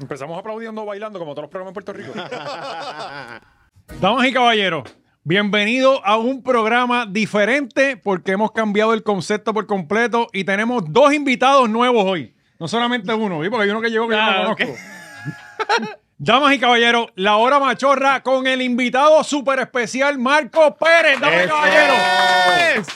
Empezamos aplaudiendo, bailando, como todos los programas en Puerto Rico. Damas y caballeros, bienvenidos a un programa diferente porque hemos cambiado el concepto por completo y tenemos dos invitados nuevos hoy. No solamente uno, ¿sí? porque hay uno que llegó que yo Ah, no ok. conozco. Damas y caballeros, la hora machorra con el invitado súper especial Marco Pérez. Damas y caballeros.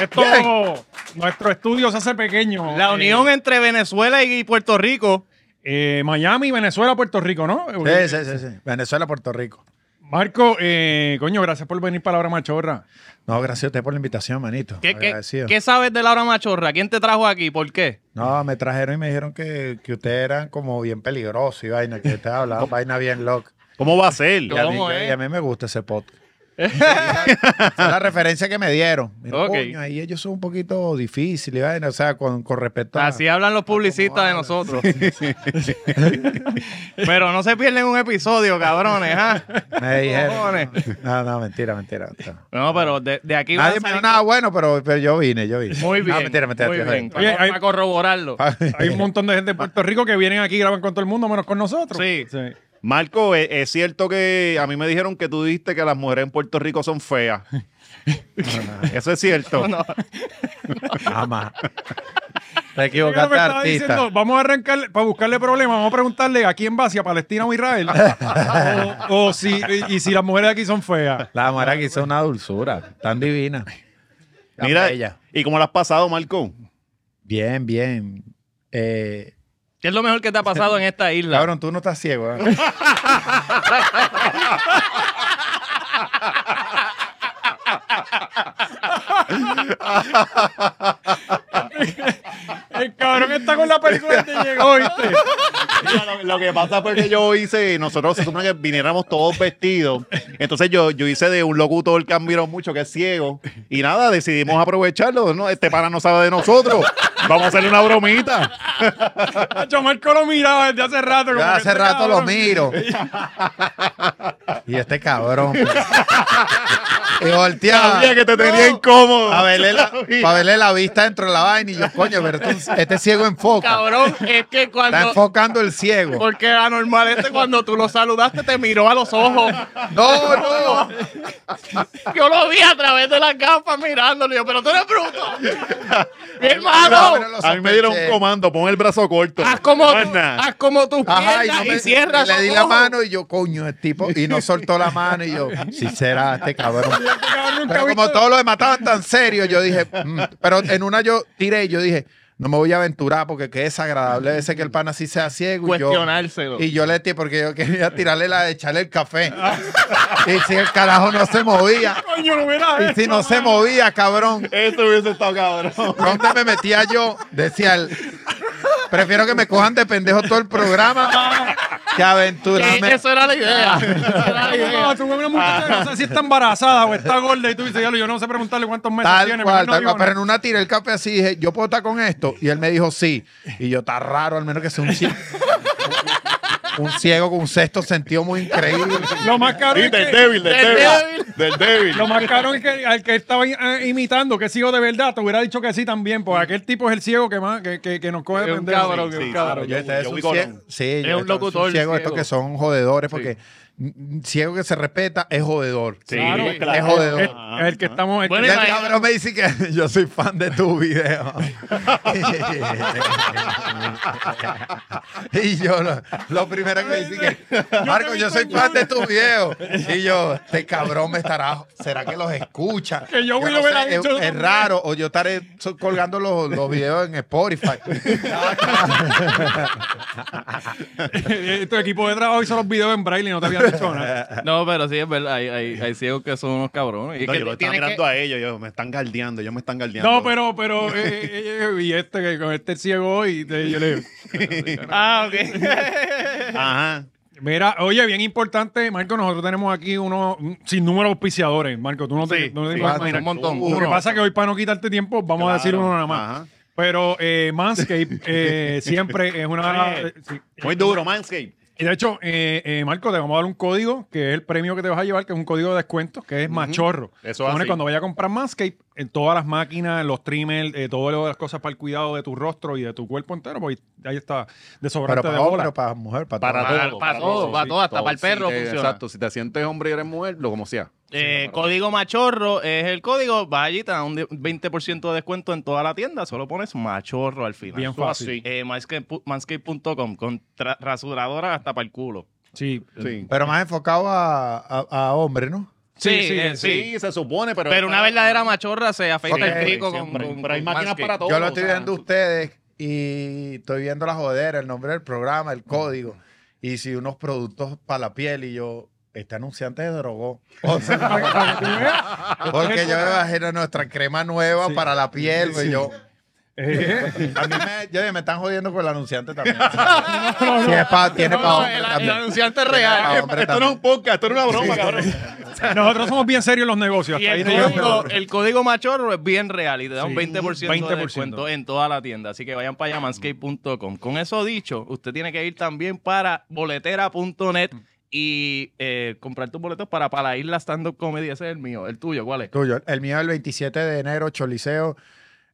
Esto, nuestro estudio se hace pequeño. La Eh, unión entre Venezuela y Puerto Rico. eh, Miami, Venezuela, Puerto Rico, ¿no? Sí, sí, sí, sí. Venezuela, Puerto Rico. Marco, eh, coño, gracias por venir para la hora machorra. No, gracias a usted por la invitación, manito. ¿Qué, qué- Agradecido. qué sabes de Laura Machorra? ¿Quién te trajo aquí? ¿Por qué? No, me trajeron y me dijeron que, que usted era como bien peligroso y vaina, que usted hablaba vaina bien loca. ¿Cómo va a ser? Y a, mí, ¿Cómo es? y a mí me gusta ese podcast. Esa es la referencia que me dieron. Mira, Ok. coño, ahí ellos son un poquito difíciles, y vaina, o sea, con, con respecto a... Así hablan los publicistas de nosotros. Pero no se pierden un episodio, cabrones. ¿ah? Me dijeron. Cojones. No, no, mentira, mentira. No, pero de, de aquí van a Nadie me salir- dijo nada bueno, pero, pero yo vine, yo vine. Muy bien. No, mentira, mentira. muy mentira. bien. Para, Oye, hay- para corroborarlo. Ah. Hay un montón de gente de Puerto Rico que vienen aquí y graban con todo el mundo, menos con nosotros. Sí. Marco, ¿es, es cierto que a mí me dijeron que tú dijiste que las mujeres en Puerto Rico son feas. Eso es cierto. No, Jamás. Te Yo creo que equivocaste, me estaba artista. diciendo, vamos a arrancar, para buscarle problemas, vamos a preguntarle a quién va, si a Palestina o Israel. o, o si, y, y si las mujeres de aquí son feas. La Mara que hizo una dulzura, tan divina. Tan Mira, bella. ¿y cómo la has pasado, Marco? Bien, bien. Eh, ¿Qué es lo mejor que te ha pasado en esta isla? cabrón, tú no estás ciego. ¿eh? El cabrón está con la película que llegó, ¿viste? Lo, lo que pasa fue que yo hice, nosotros se supone que viniéramos todos vestidos. Entonces yo, yo hice de un locutor que admiro mucho, que es ciego. Y nada, decidimos aprovecharlo. ¿no? Este pana no sabe de nosotros. Vamos a hacerle una bromita. Yo Marco lo miraba desde hace rato. como Yo que hace este rato lo cabrón- miro. y este cabrón. y volteaba. Sabía que te tenía incómodo. Para verle, la, pa' verle la vista dentro de la vaina y yo, coño, pero este, este ciego enfoca. Cabrón, es que Está cuando... enfocando el ciego. Porque anormal este cuando tú lo saludaste te miró a los ojos. No, no. Yo lo vi a través de las gafas mirándolo. y Yo, pero tú eres bruto. Mi No, hermano. pero lo A mí me dieron un sospeché. comando, pon el brazo corto. Ah, Haz como, Más tú- nada. haz como tus Ajá, y, piernas no y, me- cierra le esos di la ojos. mano y yo, coño, el tipo, y no soltó la mano y yo, si será este cabrón. Este cabrón nunca ha Pero como visto- todos los demás estaban tan serios, yo dije, mm, pero en una yo tiré y yo dije, no me voy a aventurar porque qué desagradable ese que el pan así sea ciego. y yo- Cuestionárselo. Y yo le tiré porque yo quería tirarle la de echarle el café. y si el carajo no se movía, Coño, lo hubiera y si hecho, no se mano. movía, cabrón, Eso hubiese estado cabrón. ¿dónde me metía yo? Decía el, prefiero que me cojan de pendejo todo el programa que aventurarme. Eso era la idea. Ah. Esa era la No, idea. tú ves una muchacha que no sé si está embarazada o está gorda y tú dices, "Diablo, yo no sé preguntarle cuántos meses Tal tiene. mejor cual, no tal digo cual. Pero en nada". una tiré el café así y dije, ¿yo puedo estar con esto? Y él me dijo, sí. Y yo, está raro, al menos que sea un ciego. un ciego con un sexto sentido muy increíble. Lo más caro es del que- débil, del Del débil. Del débil. Lo más caro es que al que estaba eh, imitando, que es ciego de verdad, te hubiera dicho que sí también, porque aquel tipo es el ciego que más que, que, que nos coge de Es un pendejo. cabrón, es un cabrón. Yo, este es yo un ubico ciego. no. Sí, yo, un este es locutor ciego, ciego. estos que son jodedores, porque mm, ciego que se respeta es jodedor. Sí, Claro, claro. es jodedor. Es, es el que estamos. Bueno, Y es el imagínate. cabrón me dice que yo soy fan de tu video. y yo, lo, lo primero que me dice que, Marco, yo soy fan de tu video. Y yo, este cabrón me estará, ¿será que los escucha? Que yo voy lo hubiera es, dicho es también. raro, o yo estaré so- colgando los, los videos en Spotify. que- eh, tu equipo de trabajo hizo los videos en braille y no te habían dicho nada. No, pero sí es verdad. Hay, hay, hay ciegos que son unos cabrones. Y No, que yo lo estaba tienes mirando que- a ellos, yo, me están galdeando, ellos me están galdeando. No, pero, pero, eh, eh, eh, y este, que con este ciego hoy, te- yo le Ah, ok. Ajá. Mira, oye, bien importante, Marco, nosotros tenemos aquí unos un sinnúmero de auspiciadores, Marco, tú no te, Sí, no te sí, imaginas. un montón. Lo que Uno. pasa es que hoy para no quitarte tiempo vamos a Claro, decir uno nada más. ajá. Pero eh, Manscaped eh, siempre es una... Muy duro, Manscape. Y de hecho, eh, eh, Marco, te vamos a dar un código que es el premio que te vas a llevar, que es un código de descuento, que es machorro. Eso es Pone así. Cuando vaya a comprar Manscaped, en todas las máquinas, los trimmers, eh, todas las cosas para el cuidado de tu rostro y de tu cuerpo entero, porque ahí está Pero desobrante para de bola. hombre, para mujer, para, todo. Para, Para- todo. para todo, para todo, hasta para el Si perro te- funciona. Exacto, si te sientes hombre y eres mujer, lo como sea. Eh, código machorro es el código. Vaya, y te da un de- 20% de descuento en toda la tienda. Solo pones machorro al final. Bien Eso fácil. así. Eh, manscape- pu- manscape.com con tra- rasuradora hasta para el culo. Sí. Sí. Pero más enfocado a, a, a hombre, ¿no? Sí, sí, eh, Sí, se supone, pero. Pero una verdadera machorra se afeita Ok. el trico con, Siempre. con- Pero hay con máquinas Manscaped. para todo. Yo lo estoy o sea, viendo a ustedes y estoy viendo la jodera, el nombre del programa, el código. Y si unos productos para la piel y yo, este anunciante de drogó. O sea, porque yo me imagino nuestra crema nueva Sí. para la piel. pues, Sí. Yo, Eh, a mí me, yo dije, me están jodiendo con el anunciante también. Sí, es pa- tiene No, pa' no, hombre el, el también. anunciante Ah, Tiene pa' real. hombre Esto no es también. un podcast, esto no es una broma, cabrón. Nosotros somos bien serios en los negocios. Y hasta el ahí no llegamos. código, el código machorro es bien real y te da un Sí, 20%, de 20%. descuento en toda la tienda. Así que vayan para allá, manscape.com. Con eso dicho, usted tiene que ir también para boletera.net y eh, comprar tus boletos para, para la isla Stand Up Comedy. Ese es el mío. ¿El tuyo cuál es? Tuyo. El mío es el 27 de enero, Choliseo.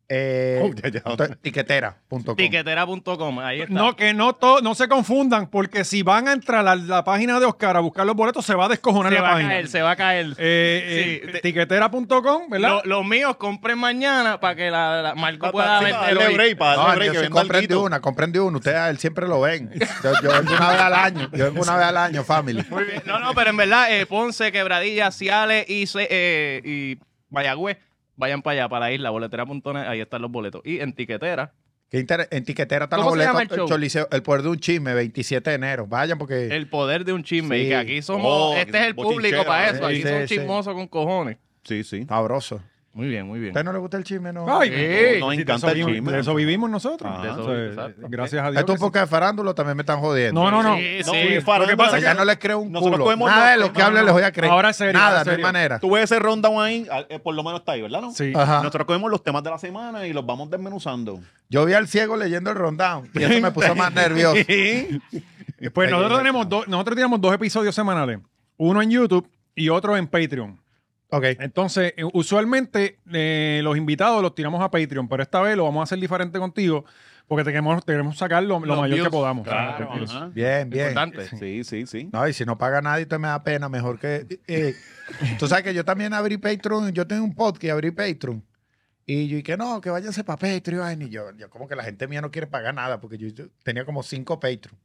Eh, Oh, ya, ya. to- Tiquetera.com. Tiquetera.com. Ahí está. No, que no, to- no se confundan, porque si van a entrar a la, la página de Oscar a buscar los boletos, se va a descojonar se la va a página. caer, se va a caer. Eh, Sí, eh, te- Tiquetera.com, ¿verdad? Lo- los míos compren mañana para que la, la- Marco pueda Sí, ver para darle break, para darle No, break, yo que sí venda comprendí alguito. una, comprendí una. Ustedes a él siempre lo ven. Yo, yo vengo una vez al año. Yo vengo una vez al año, family. Muy bien. No, no, pero en verdad, eh, Ponce, Quebradilla, Ciales y, se- eh, y Mayagüez, vayan para allá, para la isla, boletera.net, ahí están los boletos. Y en tiquetera. Qué inter- En tiquetera están los ¿Cómo se boletos. llama el show? Choliseo, el poder de un chisme, 27 de enero. Vayan porque. El poder de un chisme. Sí. Y que aquí somos. Oh, este es el público bochinchero, para eso. sí, Aquí sí, son sí. chismosos con cojones. Sí, sí. Sabroso. Muy bien, muy bien. ¿A usted no le gusta el chisme? No. Ay, Sí. Nos si de encanta eso el vivimos- chisme. De eso vivimos nosotros. Ajá. De eso O sea, vivimos, exacto. gracias a Dios. Esto es que porque de farándolo también me están sí. jodiendo. No, no, no. Sí, No, sí. y Lo que farándula- pasa es Ya que no les creo un Nosotros culo. comemos- Nada de lo que no, hable no. les voy a creer. Ahora en serio, Nada, en no hay serio. manera. Tú ves ese rundown ahí, ah, eh, por lo menos está ahí, ¿verdad? No? Sí. Ajá. Nosotros comemos los temas de la semana y los vamos desmenuzando. Yo vi al ciego leyendo el rundown y eso me puso más nervioso. Pues Ay, nosotros ay, tenemos, dos, nosotros tenemos dos episodios semanales. Uno en YouTube y otro en Patreon. Ok. Entonces, eh, usualmente eh, los invitados los tiramos a Patreon, pero esta vez lo vamos a hacer diferente contigo porque te queremos, te queremos sacar lo, lo Los mayor views. que podamos. Claro, Los views. ajá. Bien, bien. Importante. Sí, sí, sí. No, y si no paga nadie, te me da pena. Mejor que. eh, tú sabes que yo también abrí Patreon. Yo tengo un podcast y abrí Patreon. Y yo, y que no, que váyanse para Patreon. Y yo, yo, como que la gente mía no quiere pagar nada, porque yo, yo tenía como cinco Patreon.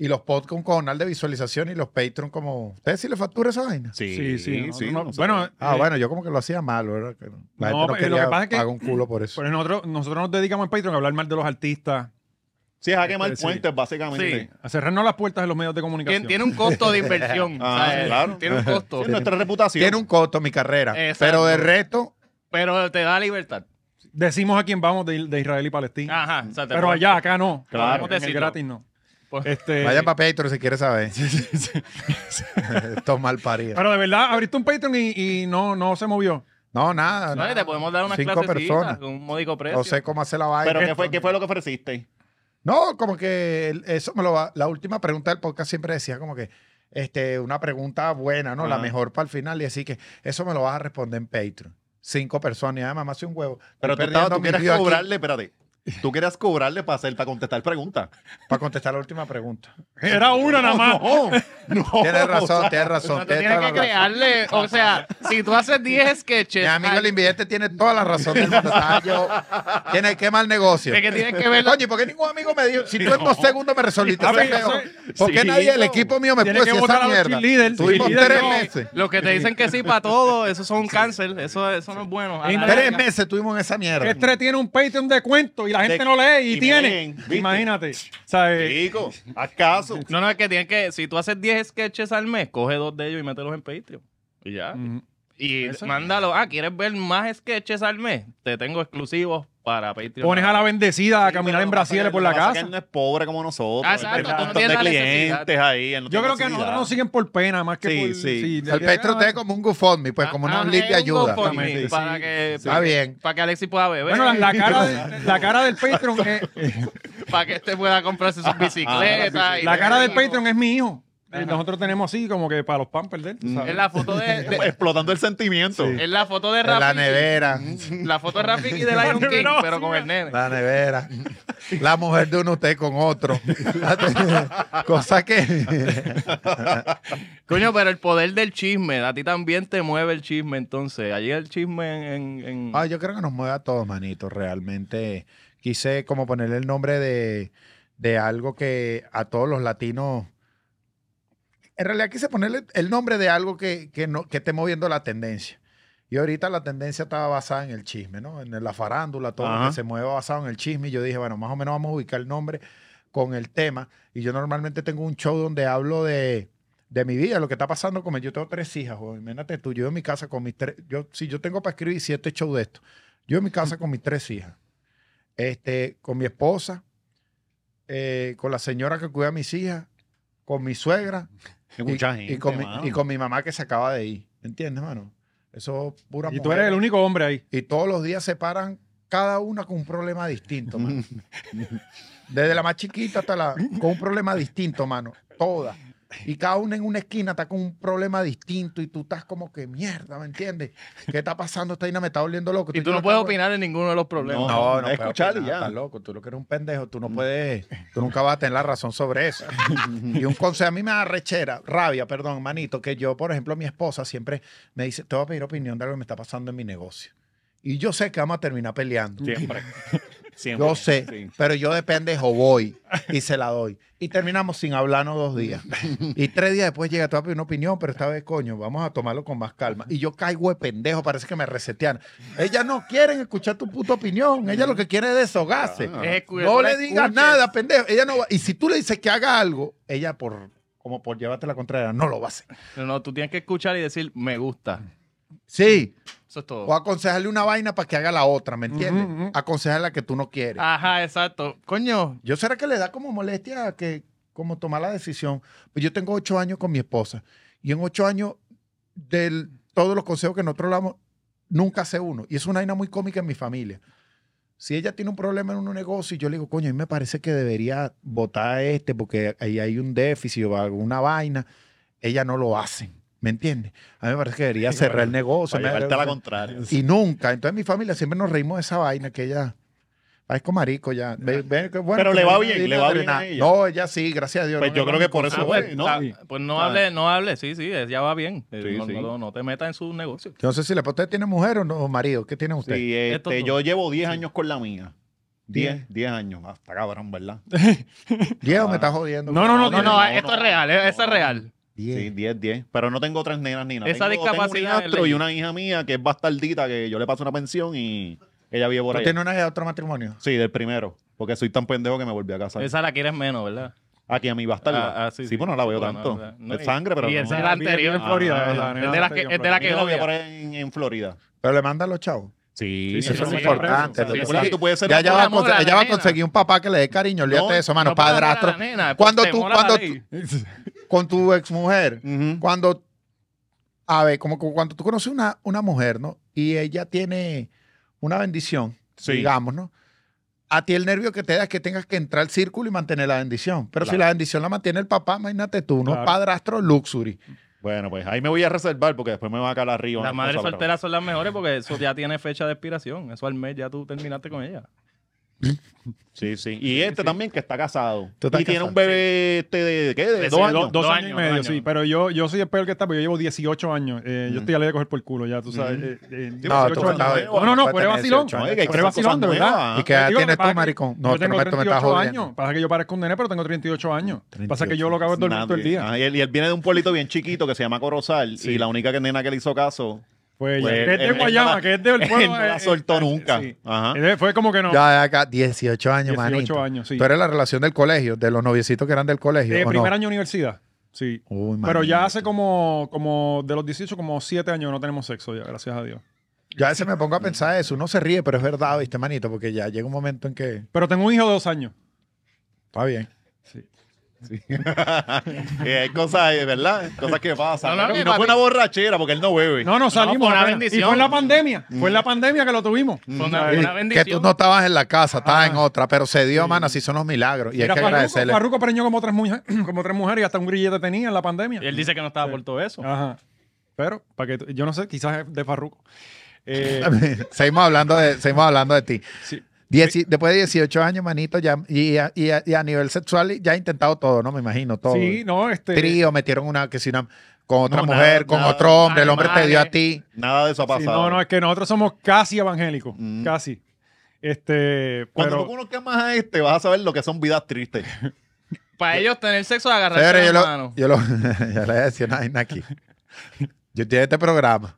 Y los podcasts con canal de visualización y los Patreon, como. ¿Ustedes sí les factura esa vaina? Sí, sí. nosotros no- nosotros- bueno, Ah, eh, bueno, yo como que lo hacía mal, ¿verdad? Que no- La No, gente no pero quería lo que pasa es que- pagar un culo por eso. Pero nosotros, nosotros nos dedicamos en Patreon a hablar mal de los artistas, sí, es a quemar Sí. puentes, básicamente. Sí. a cerrarnos las puertas de los medios de comunicación. Tien- tiene un costo de inversión. Ah, ¿sabes? claro. Tiene un costo. Sí, nuestra reputación. Tiene un costo mi carrera. Exacto. Pero de resto, Pero te da libertad. Decimos a quién vamos de, de Israel y Palestina. Ajá. o sea, Ah, te pero puedo- allá, acá no. Claro. En el gratis no. Pues- Este, vaya para Patreon si quieres saber. Esto es mal parido. pero de verdad, abriste un Patreon y, y no, no se movió. No, nada. No, y te podemos dar unas Cinco clasecitas personas. con un módico precio. No sé cómo hacer la vaina. Pero ¿qué fue, ¿qué fue lo que ofreciste? No, como que el- eso me lo va. La última pregunta del podcast siempre decía como que este, una pregunta buena, ¿no? La Ajá. mejor para el final. Y así que eso me lo vas a responder en Patreon. Cinco personas y además me hace un huevo. Pero tú, Estoy estabas, perdiendo tú mi querías view aquí cobrarle, espérate. Tú querías cobrarle para, hacer, para contestar preguntas. Para contestar la última pregunta. Era una nada más. No, Tienes no. O sea, razón, O sea, tienes razón. tú tienes tienes toda que la razón. crearle, o sea, si tú haces 10 sketches, Mi amigo al- el invidente tiene toda la razón del mundo. Estaba yo, tiene que mal negocio. de que tienes que ver Oye, Eh, ¿por qué ningún amigo me dijo? Si tú en dos segundos me resolviste. Ah, ese pero peo, eso- ¿Por qué sí, nadie del no. equipo mío me Tiene puso que votar a esa los mierda? cheerleaders. Tuvimos Cheerleaders tres no. meses. Los que te dicen que sí para todo, esos son un cáncer, eso, eso no es bueno. A la Tres larga. meses tuvimos en esa mierda. Este tiene un Patreon de cuento y la gente no lee y, y tiene. leen, ¿viste? Imagínate. eh, ¿sabes? Chico, haz caso. No, no, es que tienes que, si tú haces 10 sketches al mes, coge dos de ellos y mételos en Patreon. Y ya. Mm. Y Eso. mándalo. Ah, ¿quieres ver más sketches al mes? Te tengo exclusivos para Patreon. Pones a la bendecida a Sí, caminar pero en lo que pasa es Brasiles que- por lo la que pasa es que casa. Él no es pobre como nosotros. Ah, él tiene exacto, tú no un montón tienes de la necesidad. clientes ahí. él Yo no tiene creo que a necesidad. nosotros nos siguen por pena más que ah, Sí, por. sí. El Petro te como un GoFundMe, pues como una Ah, link es de un ayuda. GoFundMe Exactamente, Para sí, que, Está bien. para que Alexis pueda beber. Bueno, la, la cara de- la cara del Patreon es. para que este pueda comprarse sus bicicletas. y La cara del todo. Patreon es mi hijo. Eh, Nosotros tenemos así como que para los pampers de él. Mm. tú Es sabes. la foto de, de- Explotando el sentimiento. es la foto de En la Rafiki. nevera. La foto de Rafiki y de Lion King, nevera pero con el nene. La nevera. La mujer de uno, usted con otro. Cosa que. Coño, pero el poder del chisme, a ti también te mueve el chisme, entonces. Allí el chisme en... en- en- Ah, yo creo que nos mueve a todos, manito. Realmente quise como ponerle el nombre de, de algo que a todos los latinos. En realidad quise ponerle el nombre de algo que, que, no, que esté moviendo la tendencia. Y ahorita la tendencia estaba basada en el chisme, ¿no? En la farándula, todo lo Ajá. que se mueve basado en el chisme. Y yo dije, bueno, más o menos vamos a ubicar el nombre con el tema. Y yo normalmente tengo un show donde hablo de, de mi vida, lo que está pasando con Yo tengo tres hijas, joven. Imagínate tú, yo en mi casa con mis tres. Yo, si yo tengo para escribir siete shows de esto. Yo en mi casa con mis tres hijas. Este, con mi esposa, eh, con la señora que cuida a mis hijas, con mi suegra Hay y, mucha y gente, con, mi, mano. y con mi mamá que se acaba de ir. ¿Entiendes, mano? Eso es pura Y tú mujer. eres el único hombre ahí. Y todos los días se paran cada una con un problema distinto, mano. Desde la más chiquita hasta la... con un problema distinto, mano. Todas. Y cada una en una esquina está con un problema distinto y tú estás como que mierda, ¿me entiendes? ¿Qué está pasando? Esta vaina me está volviendo loco. y tú yo no puedes acabo- opinar en ninguno de los problemas. No. No, no, Es escuchar escucharlo y ya. Estás loco, tú lo que eres un pendejo, tú no puedes, tú nunca vas a tener la razón sobre eso. y un consejo, a mí me da rechera, rabia, perdón, manito, que yo, por ejemplo, mi esposa siempre me dice, te voy a pedir opinión de algo que me está pasando en mi negocio. Y yo sé que vamos a terminar peleando. Siempre. Siempre. Yo sé, Sí. pero yo de pendejo voy y se la doy. Y terminamos sin hablarnos dos días. Y tres días después llega, te voy a pedir una opinión, pero esta vez, coño, vamos a tomarlo con más calma. Y yo caigo de pendejo, parece que me resetean. Ellas no quieren escuchar tu puta opinión. Ellas lo que quieren es desahogarse. Ah. Es escu- No tú la le digas escuchas. nada, pendejo. Ella no va- Y si tú le dices que haga algo, ella por como por llevarte la contraria, no lo va a hacer. No, no, tú tienes que escuchar y decir, me gusta. Sí. Eso es O todo. aconsejarle una vaina para que haga la otra, ¿me entiendes? Ujú, ujú. Aconsejarle la que tú no quieres. Ajá, exacto. Coño, Yo será que le da como molestia que como tomar la decisión. Pues yo tengo ocho años con mi esposa y en ocho años de todos los consejos que nosotros damos nunca sé uno. Y es una vaina muy cómica en mi familia. Si ella tiene un problema en un negocio y yo le digo, coño, a mí me parece que debería votar a este porque ahí hay un déficit o alguna vaina, ella no lo hace. ¿Me entiendes? A mí me parece que debería cerrar el negocio. Para me- llevarte a la contraria. Pues y nunca. Entonces, mi familia siempre nos reímos de esa vaina que ella. Parezco marico ya. Ve- ve que bueno Pero que le va no bien, di le la va bien adrenal- a ella. No, ella sí, gracias a Dios. Pues no yo le creo va que por bien eso con- fue, ¿no? pues no Ah. hable, no hable. Sí, sí, es- ya va bien. Eh, Sí, no, sí. No, no te metas en su negocio. Yo no sé si la usted tiene mujer o no, o marido. ¿Qué tiene usted? Sí, Esto este, tú. yo llevo 10 años con la mía. Diez. 10, 10 años. Hasta cabrón, ¿verdad? Diego, me está jodiendo. No, no, no, No, tiene- no, Ah. no, esto no. es real, eh, eso es real. Diez. Sí, 10, 10. Pero no tengo otras nenas ni nada. Esa Tengo- discapacidad Tengo es un hijastro y ley. una hija mía que es bastardita que yo le paso una pensión y ella vive por ¿Tú ahí. tienes una de otro matrimonio? Sí, del primero. Porque soy tan pendejo que me volví a casar. Esa la quieres menos, ¿verdad? Aquí a mi bastarda. Ah, ah, sí, sí, sí. bueno, no la veo Bueno, tanto. o sea, no, es y- sangre, pero y no. esa es Vive- la anterior. vive en Florida. Ah, la ah, nena es de la que- anterior, es de Florida. la Mira, que la voy a odia. poner en, en Florida. Pero le mandan los chavos. Sí, sí, eso es sí, importante. sí, lo que sí. sea. Tú puedes ser ya un ella va, a amor conse- a la ella va a nena. conseguir un papá que le dé cariño. Olvídate No, de eso, mano. No puedes hablar a Ah, padrastro. la nena, Cuando te tú, mola cuando la tú, ley. con tu exmujer, Ujú. cuando, a ver, como cu- cuando tú conoces una, una mujer, ¿no? Y ella tiene una bendición, Sí. digamos, ¿no? A ti el nervio que te da es que tengas que entrar al círculo y mantener la bendición. Pero si Claro. la bendición la mantiene el papá, imagínate tú, ¿no? Claro. Padrastro luxury. Bueno, pues ahí me voy a reservar porque después me va a calar arriba. Las una madres cosa brava. solteras son las mejores porque eso ya tiene fecha de expiración. Eso al mes ya tú terminaste con ella. Sí, sí. Y este también que está casado. Tú estás y tiene casado, un bebé este de, de qué? De, De dos sí, años. Do- dos, Dos años, años, y medio, dos años. sí. Pero yo, yo soy el peor que está, porque yo llevo 18 años. Eh, Yo estoy a la de coger por culo, ya, tú sabes. eh, eh, llevo No, 18 tú años. estás- no, no, no, pero puedes es tener vacilón. 18 años. Pero Hay que es hacer vacilón, de cosas verdad. nuevas. ah. ¿Y qué edad Ah, Pues, Digo, tienes pasa tú, que maricón? No, yo te tengo prometo, me 38 estás jodiendo. años. Pasa que yo parezco un nene, pero tengo 38 años. Pasa que yo lo que hago es dormir todo el Nadie. día. Ah, y, él, y él viene de un pueblito bien chiquito que se llama Corozal y la única que nena que le hizo caso. Pues, Pues, ya, que es de él- él no Guayama, la- que es del él pueblo. no la eh, soltó eh, nunca. Ah. sí. Ajá. Él Fue como que no. Ya, ya, acá, 18 años, 18 manito. años, sí. Tú eres la relación del colegio, de los noviecitos que eran del colegio, De eh, ¿o primer no? año de universidad. Sí. Uy, Pero ya manito. hace como, como de los 18, como 7 años no tenemos sexo ya, gracias a Dios. Yo a veces me pongo a pensar eso. Uno se ríe, pero es verdad, ¿viste, manito? Porque ya llega un momento en que... Pero tengo un hijo de dos años. Está bien. Sí. Y hay cosas, eh, ¿verdad? Cosas que pasan. No, no, Pero- que y no fue papi- una borrachera porque él no bebe. No, no salimos. fue una apenas. bendición. Y fue en la pandemia. Fue en Mm. la pandemia que lo tuvimos. Fue una, una bendición. Mm. Que tú no estabas en la casa, estabas en otra, pero se dio, mano, así son los milagros. Y hay Mira, que Farruko, agradecerle. Farruko preñó como tres, mujeres, como tres mujeres y hasta un grillete tenía en la pandemia. Y él dice que no estaba por todo eso. Ah, Ajá. Pero, para que tú- yo no sé, quizás es de Farruko. Eh, seguimos, hablando de, seguimos hablando de ti. sí. Dieci- después de 18 años, manito, ya, y, a- y a- y a nivel sexual ya he intentado todo, ¿no? Me imagino, todo. Sí, no, este. Trío, metieron una que si una con otra No, nada, mujer, con nada. otro hombre, el hombre te dio a Animales. ti. Nada de eso ha sí, pasado. no, no, es que nosotros somos casi evangélicos. Mm. Casi. Este. Cuando Pero, tú conozcas más a este, vas a saber lo que son vidas tristes. Para ellos tener sexo es agarrarse Señores, yo las lo, manos. yo lo- ya le voy a decir una vaina aquí. Yo estoy en este programa.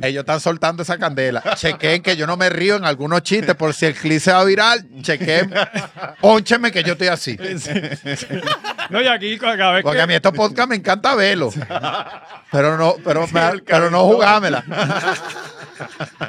Ellos están soltando esa candela. Chequen que yo no me río en algunos chistes por si el clip se va viral. Chequen, pónchenme que yo estoy así. no, y aquí cada vez Porque que. a mí estos podcasts me encanta verlos. Pero no, pero, me- pero no jugármela.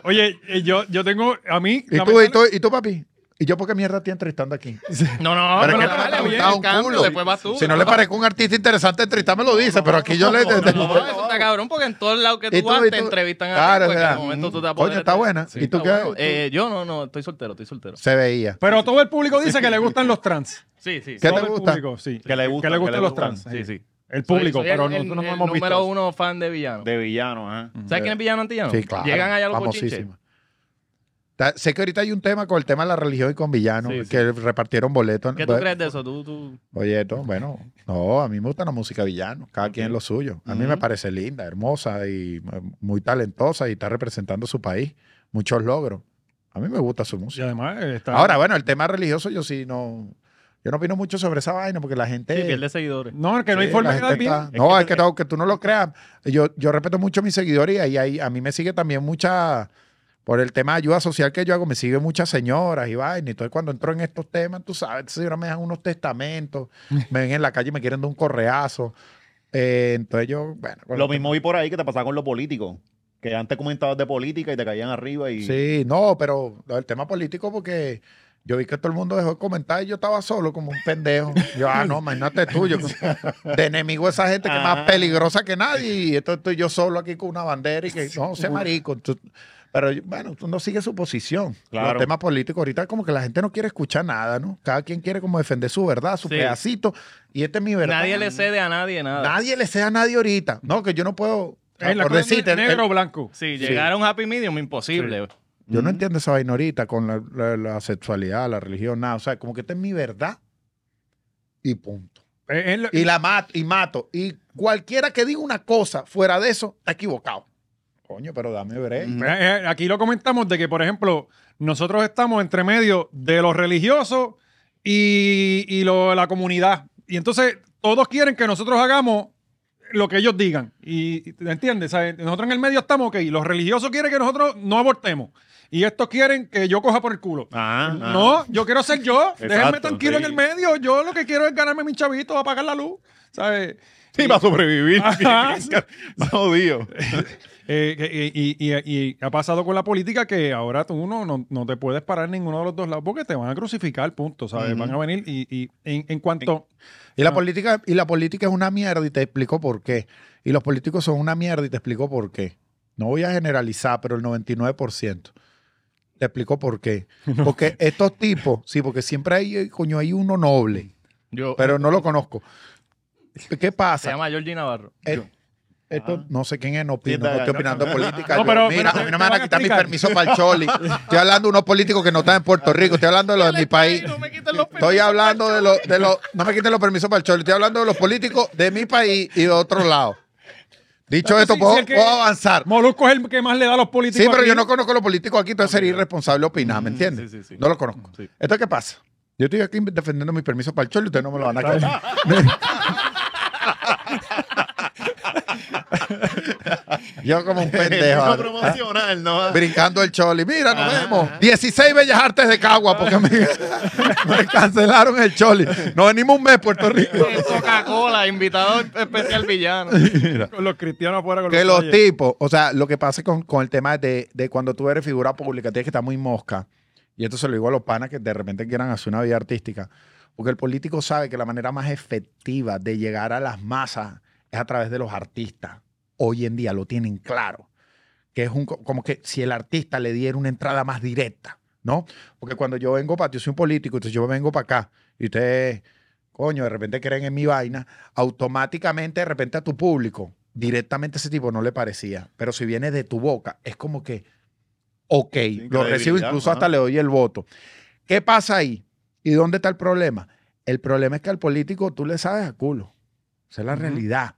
Oye, eh, yo, yo tengo. A mí. ¿Y tú, y tú, y tú, papi? ¿Y yo por qué mierda estoy entrevistando aquí? No, no, Pero pero, es que dale, nada oye, más te ha gustado un cambio, culo. después vas tú. Si no le parezco un artista interesante, entrevistar me lo dice, pero aquí yo le... No, eso está cabrón porque en todos lados que ¿Y tú tú, vas y te tú? entrevistan a ti, Claro, es porque en verdad. algún momento tú te vas a Coño, poder- está buena. ¿Y tú qué? bueno. Eh, yo no, no, estoy soltero, estoy soltero. Se veía. Pero todo el público dice que le gustan los trans. Sí, sí. ¿Qué Todo te el gusta? público, sí. Que le gustan, que le los gustan. trans. Sí, sí. El público, Soy- soy pero el- nosotros no el hemos visto. número eso. uno fan de villano. De villano, ajá. ¿Sabes quién es villano antillano? Sí, claro. Llegan allá los bochinches. famosísima. Ta- Sé que ahorita hay un tema con el tema de la religión y con villanos Sí, sí. que repartieron boletos. ¿Qué tú Bueno, crees de eso? Tú, tú... Oye, esto, bueno, no, a mí me gusta la música villano, cada quien lo suyo. A mí me Ujú. parece linda, hermosa y eh, muy talentosa y está representando su país, muchos logros. A mí me gusta su Y música. además eh, está. Ahora, bueno, el tema religioso yo sí no, yo no opino mucho sobre esa vaina porque la gente... Sí, pierde seguidores. No, que no hay Sí, forma la de quedar gente bien. está- No, es que, no, que tú no lo creas. Yo, yo respeto mucho a mis seguidores y ahí, ahí- a mí me sigue también mucha. Por el tema de ayuda social que yo hago, me siguen muchas señoras y vaina. Entonces, cuando entro en estos temas, tú sabes, estas señoras me dejan unos testamentos, me ven en la calle y me quieren dar un correazo. Eh, entonces, yo, bueno. Lo mismo vi por ahí que te pasaba con los políticos. Que antes comentabas de política y te caían arriba y... Sí, no, pero el tema político, porque yo vi que todo el mundo dejó de comentar y yo estaba solo como un pendejo. Yo, ah, no, imagínate tú, yo, de enemigo a esa gente que es más Ah. peligrosa que nadie y esto estoy yo solo aquí con una bandera y que no, sea marico. tú- pero yo- bueno, uno sigue su posición. Claro. Los temas políticos ahorita como que la gente no quiere escuchar nada, ¿no? Cada quien quiere como defender su verdad, su Sí. pedacito. Y esta es mi verdad. Nadie le cede a nadie nada. Nadie le sea a nadie ahorita. No, que yo no puedo... Es la por cosa decirte, el- el- negro o blanco. Sí, llegar a un happy medium imposible. Yo no entiendo esa vaina ahorita con la, la- la sexualidad, la religión, nada. O sea, como que esta es mi verdad y punto. Es- es lo- Y la mato y mato. Y cualquiera que diga una cosa fuera de eso está equivocado. Coño, pero dame break. Mm. Eh, eh, Aquí lo comentamos de que, por ejemplo, nosotros estamos entre medio de los religiosos y, y lo- la comunidad. Y entonces todos quieren que nosotros hagamos lo que ellos digan. Y ¿te ¿entiendes? ¿Sabes? Nosotros en el medio estamos, ok, los religiosos quieren que nosotros no abortemos. Y estos quieren que yo coja por el culo. Ajá, ajá. No, yo quiero ser yo. Déjenme Ah. Exacto, tranquilo sí. en el medio. Yo lo que quiero es ganarme mis chavitos, apagar la luz. ¿Sabes? Sí, para sobrevivir. Ajá. Jodido. Eh, que- eh, y, y- y ha pasado con la política que ahora tú no, no, no te puedes parar en ninguno de los dos lados porque te van a crucificar, punto, ¿sabes? Van a venir y, y en, en cuanto... Y la, Ah. política, y la política es una mierda y te explico por qué. Y los políticos son una mierda y te explico por qué. No voy a generalizar, pero el 99%. Te explico por qué. Porque estos tipos, sí, porque siempre hay, eh, coño, hay uno noble, Yo, pero no lo conozco. ¿Qué se pasa? llama Georgie Navarro. Eh, esto, Ah. no sé quién es, no opino, Sí, no está- estoy opinando de política. No, yo- pero- mira, pero te- a mí te no me van van a a quitar mi explicar. permiso para el choli. Estoy hablando de unos políticos que no están en Puerto Rico, estoy hablando de los de mi país. me quiten los Estoy hablando de los, de los, no me quiten los permisos para el choli, estoy hablando de los políticos de mi país y de otro lado. Dicho Pero esto, sí, puedo, sí, el que- puedo avanzar. Molusco es el que más le da a los políticos. Sí, pero aquí. yo no conozco a los políticos aquí, entonces sería irresponsable opinar, ¿me entiendes? Ah, Mm, sí, sí, sí. No los conozco. Sí. ¿Esto qué pasa? Yo estoy aquí defendiendo mi permiso para el choli, ustedes no me lo van a quitar. yo como un pendejo. No ¿vale? promocional, ¿no? Brincando el choli. Mira, nos Ah. vemos. 16 Bellas Artes de Cagua, porque me, me cancelaron el choli. No venimos un mes a Puerto Rico. Coca-Cola, invitado especial villano. Con los cristianos afuera con Que los los tipos, o sea, lo que pasa con, con el tema de, de cuando tú eres figura pública, tienes que estar muy mosca. Y esto se lo digo a los panas que de repente quieran hacer una vida artística. Porque el político sabe que la manera más efectiva de llegar a las masas es a través de los artistas. Hoy en día lo tienen claro. Que es un, co- como que si el artista le diera una entrada más directa, ¿no? Porque cuando yo vengo para, yo soy un político, entonces yo vengo para acá y ustedes, coño, de repente creen en mi vaina, automáticamente de repente a tu público, directamente ese tipo no le parecía. Pero si viene de tu boca, es como que, ok, lo recibo, credibilidad, incluso ajá. hasta le doy el voto. ¿Qué pasa ahí? ¿Y dónde está el problema? El problema es que al político tú le sabes a culo. Esa es la realidad.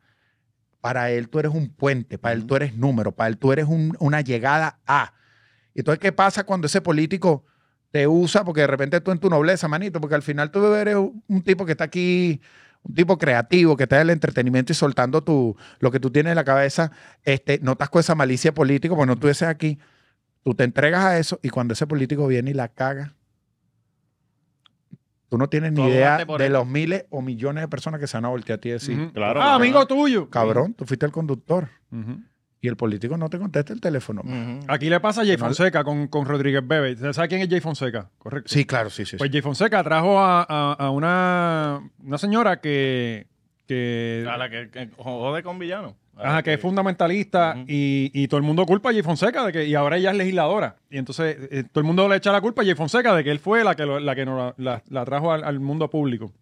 Para él tú eres un puente, para él tú eres número, para él tú eres un- una llegada a. Entonces, ¿qué pasa cuando ese político te usa? Porque de repente tú en tu nobleza, manito, porque al final tú eres un un tipo que está aquí, un tipo creativo, que está en el entretenimiento y soltando tu, lo que tú tienes en la cabeza, este, no estás con esa malicia política, porque no tú dices aquí, tú te entregas a eso y cuando ese político viene y la caga, tú no tienes Tú ni idea abogaste por de él. los miles o millones de personas que se han volteado a ti y decir, Ujú. claro, Ah, claro. amigo tuyo. cabrón, tú fuiste el conductor Ujú. y el político no te contesta el teléfono. Aquí le pasa a Jay Que no- Fonseca con, con Rodríguez Bebe. ¿Usted sabe quién es Jay Fonseca? Correcto. Sí, claro, sí, sí. sí. Pues Jay Fonseca trajo a, a- a una, una señora que, que, A la que, que jode con villano. A la ajá, que es fundamentalista Ah, Ujú. y, y todo el mundo culpa a Jay Fonseca de que, y ahora ella es legisladora. Y entonces eh, todo el mundo le echa la culpa a Jay Fonseca de que él fue la que, lo- la, que nos la, la- la trajo al, al mundo público.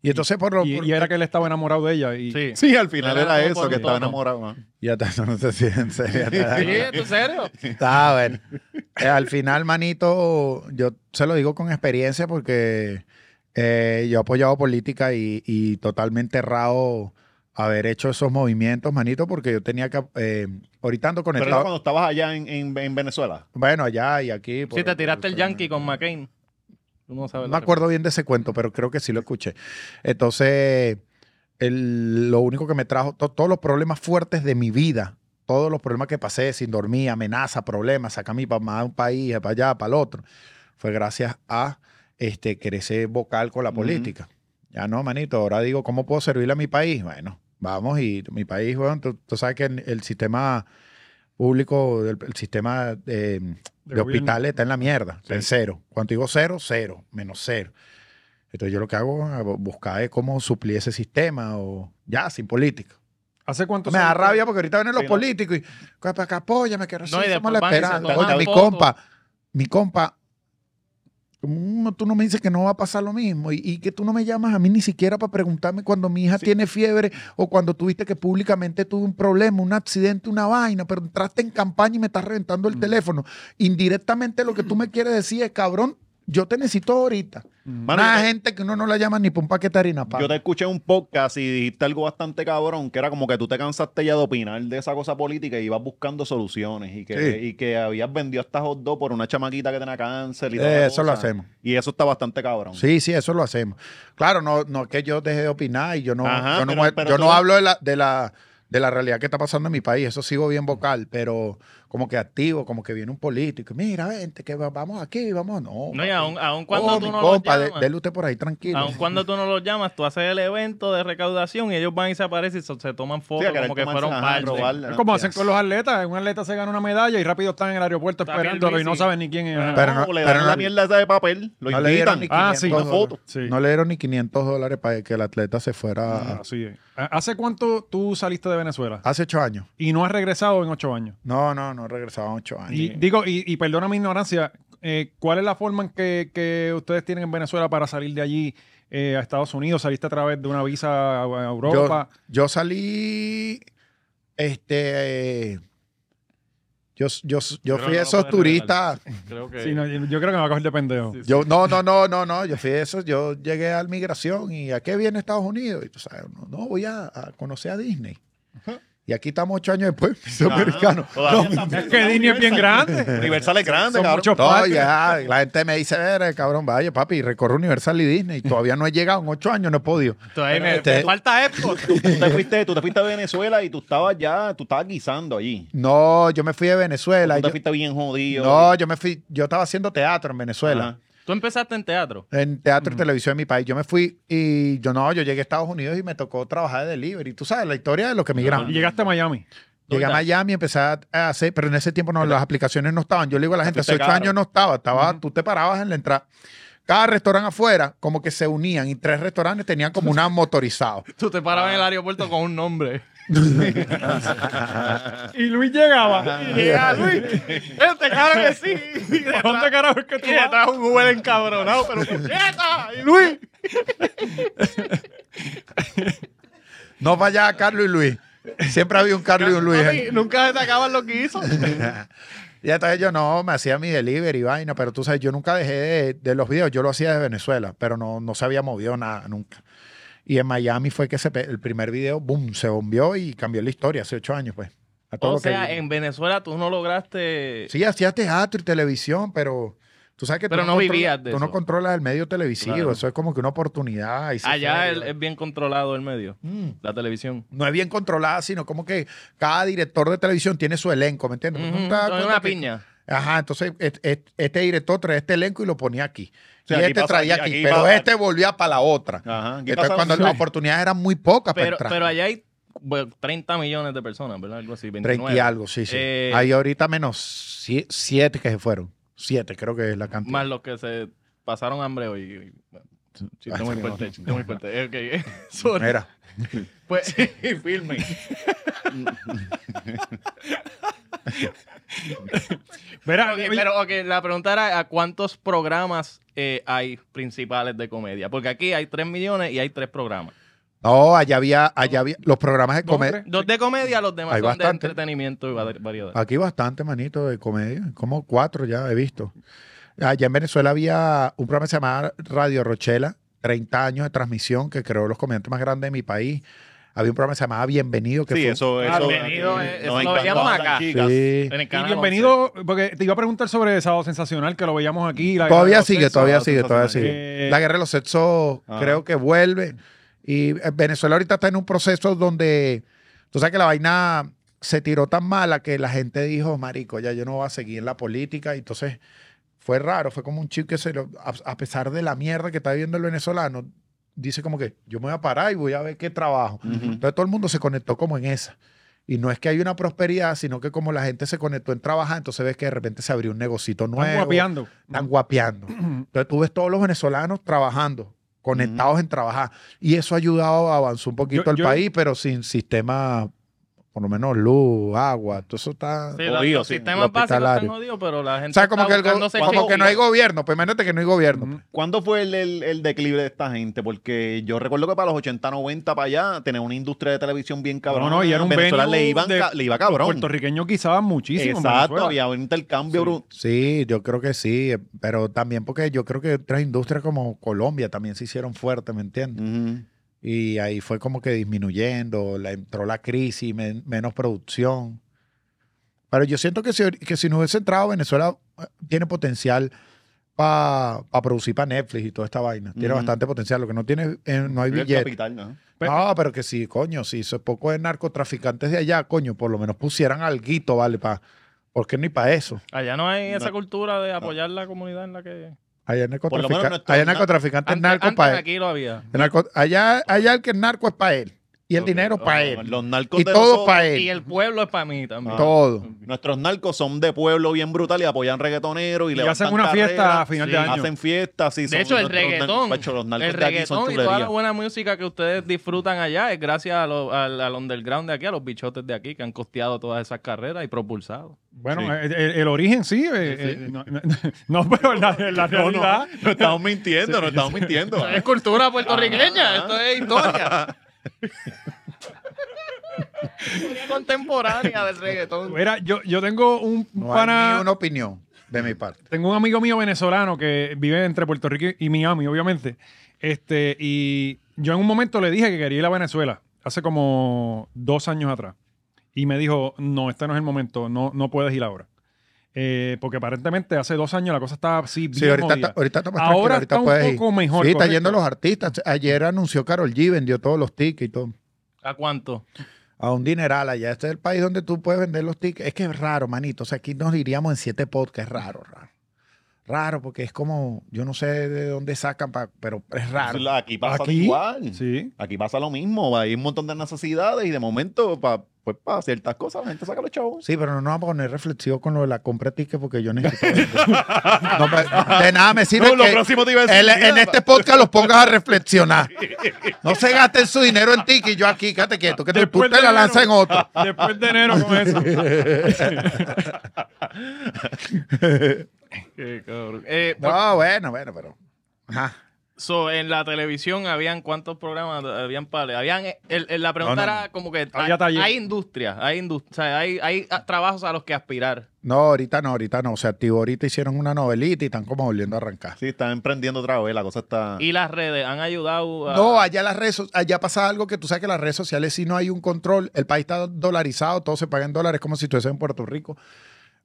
y entonces por lo... Y, por- y era que él estaba enamorado de ella. Y, Sí. Sí, al final Era era como eso, por que un estaba tono. enamorado. ¿no? Ya está, no te sientes serio. ya Sí, está. ¿en serio? Está bueno. Eh, al final, manito, yo se lo digo con experiencia porque eh, yo he apoyado política y, y totalmente errado haber hecho esos movimientos, manito, porque yo tenía que... eh, ahorita ando Pero era conectado... cuando estabas allá en, en- en Venezuela. Bueno, allá y aquí... por- Si te tiraste el por- Yankee con McCain. Tú no sabes. No la me acuerdo bien de ese cuento, pero creo que sí lo escuché. Entonces, el- lo único que me trajo, to- todos los problemas fuertes de mi vida, todos los problemas que pasé sin dormir, amenaza, problemas, saca a mi mamá de un país, para allá, para el otro, fue gracias a este, crecer vocal con la Ujú. política. Ya no, manito, ahora digo, ¿cómo puedo servirle a mi país? Bueno, vamos y mi país, bueno, tú, tú sabes que el, el sistema público, el, el sistema... eh, de, gobierno. hospitales está en la mierda, está en Sí. cero. Cuando digo cero, cero, menos cero. Entonces yo lo que hago es bu- buscar es cómo suplir ese sistema o ya, sin política. ¿Hace cuánto Me da años- rabia porque ahorita vienen los Sí, no. políticos y, "Compa, que apóyame, que y recibimos después la van y se esperanza. toman Oye, mi fotos. compa, mi compa, ¿cómo tú no me dices que no va a pasar lo mismo y, y que tú no me llamas a mí ni siquiera para preguntarme cuando mi hija tiene fiebre o cuando tuviste que públicamente tuve un problema, un accidente, una vaina, pero entraste en campaña y me estás reventando el teléfono. Indirectamente lo que tú me quieres decir es, cabrón, yo te necesito ahorita. Mano, Una yo te- gente que uno no la llama ni para un paquete de harina, pa. Yo te escuché en un podcast y dijiste algo bastante cabrón, que era como que tú te cansaste ya de opinar de esa cosa política y ibas buscando soluciones y que, Sí. y que habías vendido hasta hot dog por una chamaquita que tenía cáncer y Eh, toda la eso lo cosa. hacemos. Y eso está bastante cabrón. Sí, sí, eso lo hacemos. Claro, no, no es que yo deje de opinar y yo no, Ajá, yo no, pero- mue- pero yo tú- no hablo de la, de la de la realidad que está pasando en mi país. Eso sigo bien vocal, pero como que activo, como que viene un político. y, Mira, vente, que va- vamos aquí, vamos. No, No, y papi. aun, aun cuando Oh, tú mi no compa, los de- llamas, dele usted por ahí tranquilo. aun cuando tú no los llamas, tú haces el evento de recaudación y ellos van y se aparecen y so- se toman Sí, fotos querer como que tomarse, fueron ajá, parte. robarla, Es ¿no? como Ya. hacen con los atletas. Un atleta se gana una medalla y rápido están en el aeropuerto Está bien esperándolo y no busy. saben ni quién es. Ajá. Pero no- No, le pero dan no- la mierda esa de papel, lo no le dieron invitan. ni Ah, 500 sí, una dólares. foto. Sí. No le dieron ni 500 dólares para que el atleta se fuera Mm. Así es. ¿Hace cuánto tú saliste de Venezuela? hace ocho años. Y no has regresado en ocho años. No, no, no regresaba ocho años. Y digo, y, y perdona mi ignorancia, eh, ¿cuál es la forma en que, que ustedes tienen en Venezuela para salir de allí eh, a Estados Unidos? ¿Saliste a través de una visa a a Europa? Yo, yo salí, este, eh, yo, yo, yo Pero fui no lo esos puedes turistas. Creo que Sí, no, yo yo creo que me va a coger de pendejo. Sí, sí. Yo, no, no, no, no, no, yo fui esos, yo llegué a la migración y ¿a qué viene Estados Unidos? Y tú sabes, no, no, voy a, a conocer a Disney. Y aquí estamos ocho años después, soy americano. Todavía está- Es que Disney es bien grande. Universal es grande, Son cabrón. muchos No, parques. ya, la gente me dice, "Ver, eh, cabrón, vaya papi, recorro Universal y Disney, y todavía no he llegado, en ocho años no he podido. Entonces, me, Este- me falta esto. Tú te, fuiste, tú te fuiste a Venezuela y tú estabas ya, tú estabas guisando allí. No, yo me fui de Tú Venezuela. te yo- fuiste bien jodido. no, yo me fui, yo estaba haciendo teatro en Venezuela. Ajá. Tú empezaste en teatro. En teatro y televisión en mi país. Yo me fui y yo no, yo llegué a Estados Unidos y me tocó trabajar de delivery. Tú sabes la historia de los que migramos. Y Llegaste a Miami. Llegué a ¿Dónde? Miami, empecé a a hacer, pero en ese tiempo no, las aplicaciones no estaban. Yo le digo a la gente, hace Fuiste ocho caro. años no estaba, estaba, tú te parabas en la entrada. cada restaurante afuera como que se unían y tres restaurantes tenían como una motorizado. Tú te parabas en el aeropuerto con un nombre. Y Luis llegaba. Y llegaba Luis. ah, Este claro que sí. Y ¿A dónde carajo es que tú vas? detrás un Uber encabronado, pero puñeta. Y Luis. No vaya a Carlos y Luis. Siempre había un Carlos y un Luis. eh. Papi, Nunca se te acaban lo que hizo. Y entonces yo no, me hacía mi delivery y vaina, pero tú sabes, yo nunca dejé de, de los videos, yo lo hacía desde Venezuela, pero no, no se había movido nada nunca. Y en Miami fue que se pe- el primer video, boom, se bombió y cambió la historia hace ocho años, pues. A todo O lo que- sea, en Venezuela tú no lograste. Sí, hacía teatro y televisión, pero tú sabes que tú Pero no controlas- vivías de Tú no eso. controlas el medio televisivo, Claro. eso es como que una oportunidad. y se Allá fue, el- eh, es bien controlado el medio, Mm. la televisión. no es bien controlada, sino como que cada director de televisión tiene su elenco, ¿me entiendes? Tú Ujú, no te das es cuenta una que- piña. Ajá, entonces et- et- este director trae este elenco y lo ponía aquí. sea, y aquí este pasa- traía aquí- aquí, aquí pero pasa- este volvía para la otra. Ajá, aquí Entonces, pasa- cuando las Sí. oportunidades eran muy pocas pues, para Pero, entrar. pero allá hay bueno, 30 millones de personas, ¿verdad? Algo así, 29. 30 y algo, sí, sí. Eh, Hay ahorita menos 7 que se fueron. 7 creo que es la cantidad. Más los que se pasaron hambre hoy. Bueno, Chiste Ay, muy Ah, sí, no. fuerte, chiste muy fuerte. Eh, ok, sorry. Mira. Pues, filme. Mira, Ok, oye, pero ok, la pregunta era a cuántos programas eh, hay principales de comedia. Porque aquí hay 3 millones y hay 3 programas. No, allá había, allá había los programas de Dos, comedia. tres. Dos de comedia, los demás Hay son bastante. Ah, de entretenimiento y va- variedad. Aquí bastante, manito, de comedia. Como cuatro ya he visto. Allá en Venezuela había un programa que se llamaba Radio Rochela, 30 años de transmisión que creó los comediantes más grandes de mi país. Había un programa que se llamaba Bienvenido. Que Sí, fue- eso, Ah, eso. bienvenido, eh, eso nos lo veíamos encantaba, acá. chicas. Sí. En el y canal bienvenido, porque te iba a preguntar sobre Sábado Sensacional, que lo veíamos aquí. la- Todavía la- sigue, sexos, todavía los sigue, sexos todavía son sigue. aquí. La guerra de los sexos Eh, Ah. creo que vuelve. Y eh, Venezuela ahorita está en un proceso donde, tú sabes que la vaina se tiró tan mala que la gente dijo, marico, ya yo no voy a seguir en la política. Y entonces fue raro, fue como un chip que se lo, a, a pesar de la mierda que está viviendo el venezolano, dice como que yo me voy a parar y voy a ver qué trabajo. Ujú. Entonces todo el mundo se conectó como en esa. Y no es que hay una prosperidad, sino que como la gente se conectó en trabajar, entonces ves que de repente se abrió un negocito Están nuevo guapeando. están guapeando. Entonces tú ves todos los venezolanos trabajando, conectados en trabajar. Y eso ha ayudado a avanzar un poquito Yo- el yo- país, pero sin sistema, por lo menos luz, agua, todo eso está... Sí, los, Jodido, los sí. sistemas Lo básicos hospitalario. están jodidos, pero la gente o sea, como, está que, el go- buscándose como que no hay chistes. gobierno, pues imagínate que no hay gobierno. Ujú. ¿Cuándo fue el, el- el declive de esta gente? Porque yo recuerdo que para los 80, 90 para allá tenía una industria de televisión bien cabrón. No, no, y era un Venezuela venue le, iban de- ca- le iba cabrón. Puertorriqueños guisaban muchísimo. en Exacto, Venezuela. había un intercambio. Sí. bru- Sí, yo creo que sí, eh, pero también porque yo creo que otras industrias como Colombia también se hicieron fuertes, ¿me entiendes? Ujú. Y ahí fue como que disminuyendo, la, entró la crisis, men- menos producción. Pero yo siento que si, que si no hubiese entrado, Venezuela eh, tiene potencial para producir para Netflix y toda esta vaina. Tiene Ujú. bastante potencial, lo que no tiene, eh, no hay El billete. capital, ¿no? No, pero que sí, coño, si esos pocos narcotraficantes de allá, coño, por lo menos pusieran alguito, ¿vale? Pa, ¿Por qué ni para eso? Allá no Ah. hay esa No. cultura de apoyar la comunidad en la que... Allá lo menos narcotraficantes, nuestro allá na- narcotraficantes Antes, narco antes para él. aquí lo había. El narco- allá, allá el que es narco es para él. Y el Ok, dinero ok, para ok. él. Los narcos Y de todo nosotros- para él. Y el pueblo es para mí Ah. también. Todo. Nuestros narcos son de pueblo bien brutal y apoyan reggaetoneros y, Y levantan hacen una fiesta carreras, a final sí, de año. Hacen fiestas. Sí, De hecho, el reggaetón, el reggaetón y toda la buena música que ustedes disfrutan allá es gracias a lo- al, al underground de aquí, a los bichotes de aquí que han costeado todas esas carreras y propulsado. Bueno, Sí. el, el- el origen sí. eh, eh, no, no- no, pero la, la No, no, realidad. no estamos mintiendo, no estamos mintiendo. Es cultura puertorriqueña, esto es historia. Historia contemporánea del reggaetón. Mira, yo, yo tengo un un No hay pana. ni una opinión de mi parte. Tengo un amigo mío venezolano que vive entre Puerto Rico y Miami, obviamente. Este, y yo en un momento le dije que quería ir a Venezuela, hace como dos años atrás. Y me dijo, no, este no es el momento, no, no puedes ir ahora. Eh, porque aparentemente hace dos años la cosa estaba así bien Sí, ahorita movida. está, ahorita está más Ahora tranquila, está ahorita un puedes ir. poco mejor, Sí, está correcto. yendo los artistas. Ayer anunció Carol G, vendió todos los tickets y todo. ¿A cuánto? A un dineral allá. Este es el país donde tú puedes vender los tickets. Es que es raro, manito. O sea, aquí nos diríamos en siete podcasts. Raro, raro. raro porque es como, yo no sé de dónde sacan, pa- pero es raro. Entonces, Aquí pasa Aquí, igual. Sí. Aquí pasa lo mismo. Hay un montón de necesidades y de momento, pa- pues para ciertas cosas, la gente saca los chavos. Sí, pero no nos vamos a poner reflexivo con lo de la compra de tickets porque yo necesito. No, pero de nada me sirve. No, lo que próximo te iba a decir, el- en mira, este podcast los pongas a reflexionar. No se gasten su dinero en tickets y yo aquí, quédate quieto, que te- tú Después te de la enero. lanzas en otro. Después de enero con eso. Qué cabrón. Eh, No, bueno, bueno, pero. Ajá. so, en la televisión habían cuántos programas habían para habían eh, el- el- la pregunta No, no, era como que Había hay, taller. hay industrias, hay indust- o sea, hay, hay ah, trabajos a los que aspirar. No, ahorita no, ahorita no. O sea, tío, ahorita hicieron una novelita y están como volviendo a arrancar. Sí, están emprendiendo otra vez, la cosa está... Y las redes han ayudado a No, allá las redes, so- allá pasa algo que tú sabes que las redes sociales si no hay un control, el país está dolarizado, todo se paga en dólares, como si estuviese en Puerto Rico,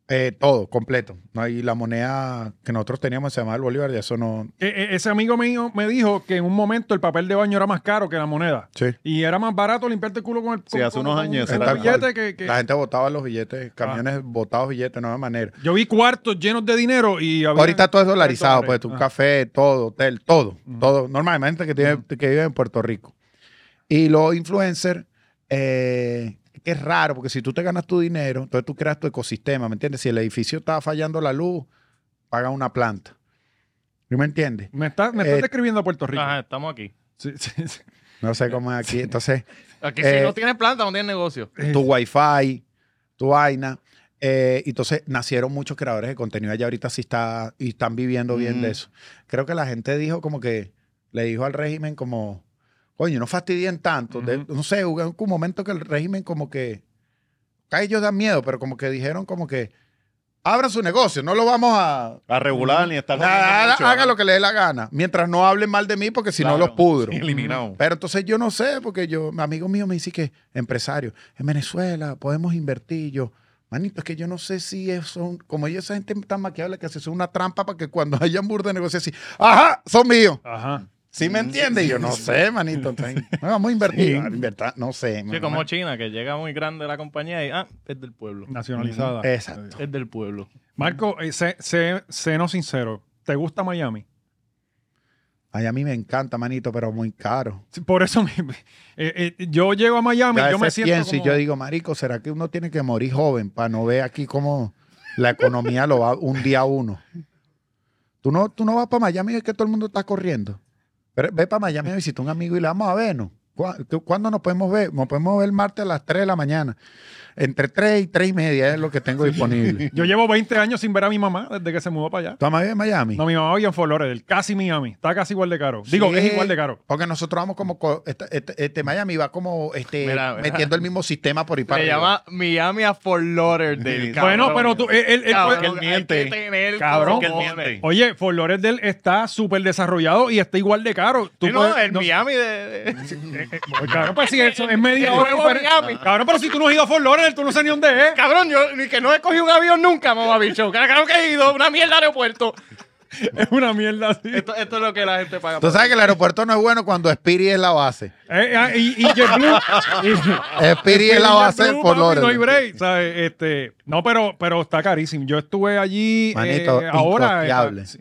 Eh, todo completo. No hay la moneda que nosotros teníamos se llamaba el bolívar, y eso no. E- e- ese amigo mío me dijo que en un momento el papel de baño era más caro que la moneda. Sí. Y era más barato limpiarte el culo con el Sí, con- hace con- unos con un- años, con un tal cual. billete que- que- La gente botaba los billetes, camiones botados billetes, no había manera. Yo vi cuartos llenos de dinero y había- Ahorita todo es dolarizado, dólares. pues tu Ajá. café, todo, hotel, todo, todo. Normalmente que, tiene, que vive en Puerto Rico. Y los influencers, eh, que es raro, porque si tú te ganas tu dinero, entonces tú creas tu ecosistema, ¿me entiendes? Si el edificio está fallando la luz, paga una planta. ¿Sí me entiendes? Me estás me estás Eh, describiendo a Puerto Rico. Ajá, estamos aquí. Sí, sí, sí. No sé cómo es aquí. Entonces, Aquí Eh, si no tienes planta, no tienes negocio. tu wifi, tu vaina. Eh, entonces nacieron muchos creadores de contenido allá ahorita sí está y están viviendo bien de Mm. eso. Creo que la gente dijo como que le dijo al régimen como, coño, no fastidien tanto. De- Ujú. no sé, hubo un momento que el régimen como que, a ellos dan miedo, pero como que dijeron como que, abran su negocio, no lo vamos a... A regular ni estar... Haga, haga lo que le dé la gana, mientras no hablen mal de mí porque si no Claro. los pudro. Eliminado. Pero entonces yo no sé, porque yo, mi amigo mío me dice que empresario, en Venezuela podemos invertir. Yo, manito, es que yo no sé si es- son, como ellos, esa gente tan maquiable que se hace una trampa para que cuando haya un burro de negocio así, ajá, son míos. Ajá. Mm, ¿Sí me entiendes? Y Yo no sé, manito. entonces, no, vamos a invertir. a invertir, no sé. Sí, mamá. como China, que llega muy grande la compañía y ah, es del pueblo. Nacionalizada. Exacto. Es del pueblo. Marco, eh, sé, sé- sénos sincero. ¿Te gusta Miami? Ay, a mí me encanta, manito, pero muy caro. Sí, Por eso me- eh, eh, yo llego a Miami, Yo yo me siento pienso como... y yo digo, marico, ¿será que uno tiene que morir joven para no ver aquí cómo la economía lo va un día a uno? Tú no, tú no vas para Miami y es que todo el mundo está corriendo. Pero ve para Miami a visitar a un amigo y le vamos a ver, ¿no? ¿Cuá- tú- ¿Cuándo nos podemos ver? Nos podemos ver el martes a las 3 de la mañana. Entre 3 y 3 y media es lo que tengo disponible. Yo llevo 20 años sin ver a mi mamá desde que se mudó para allá. ¿Tú amas bien Miami? No, mi mamá vive en Fort Lauderdale, casi Miami. Está casi igual de caro. Digo, Sí, es igual de caro. Porque nosotros vamos como. co- Este, este- este Miami va como este, Mira, mira. metiendo el mismo sistema por y para Se arriba. llama Miami a Fort Lauderdale. Sí. cabrón. bueno, pero tú... él- él- él Cabrón, puede- él hay miente. que tener Cabrón. Que él cojones. miente. Oye, Fort Lauderdale está súper desarrollado y está igual de caro. Tú Sí, no, puedes- el no- Miami de- de... Eh, eh, cabrón, pues si eso es media El hora. nuevo diferente. Miami. Cabrón, pero si tú no has ido a Fort Lauderdale, tú no sabes ni dónde es. Cabrón, yo ni que no he cogido un avión nunca, mamá bicho. Claro que he ido, una mierda aeropuerto. Es una mierda así. Esto, esto es lo que la gente paga. Tú sabes que el aeropuerto no es bueno cuando Spirit es la base. Eh, ah, y, y JetBlue. y- Spirit es la base JetBlue, por papi, No hay Lauderdale. break. ¿sabes? Este, no, pero, pero está carísimo. Yo estuve allí eh, Manito, ahora. eh, incosteable. sí.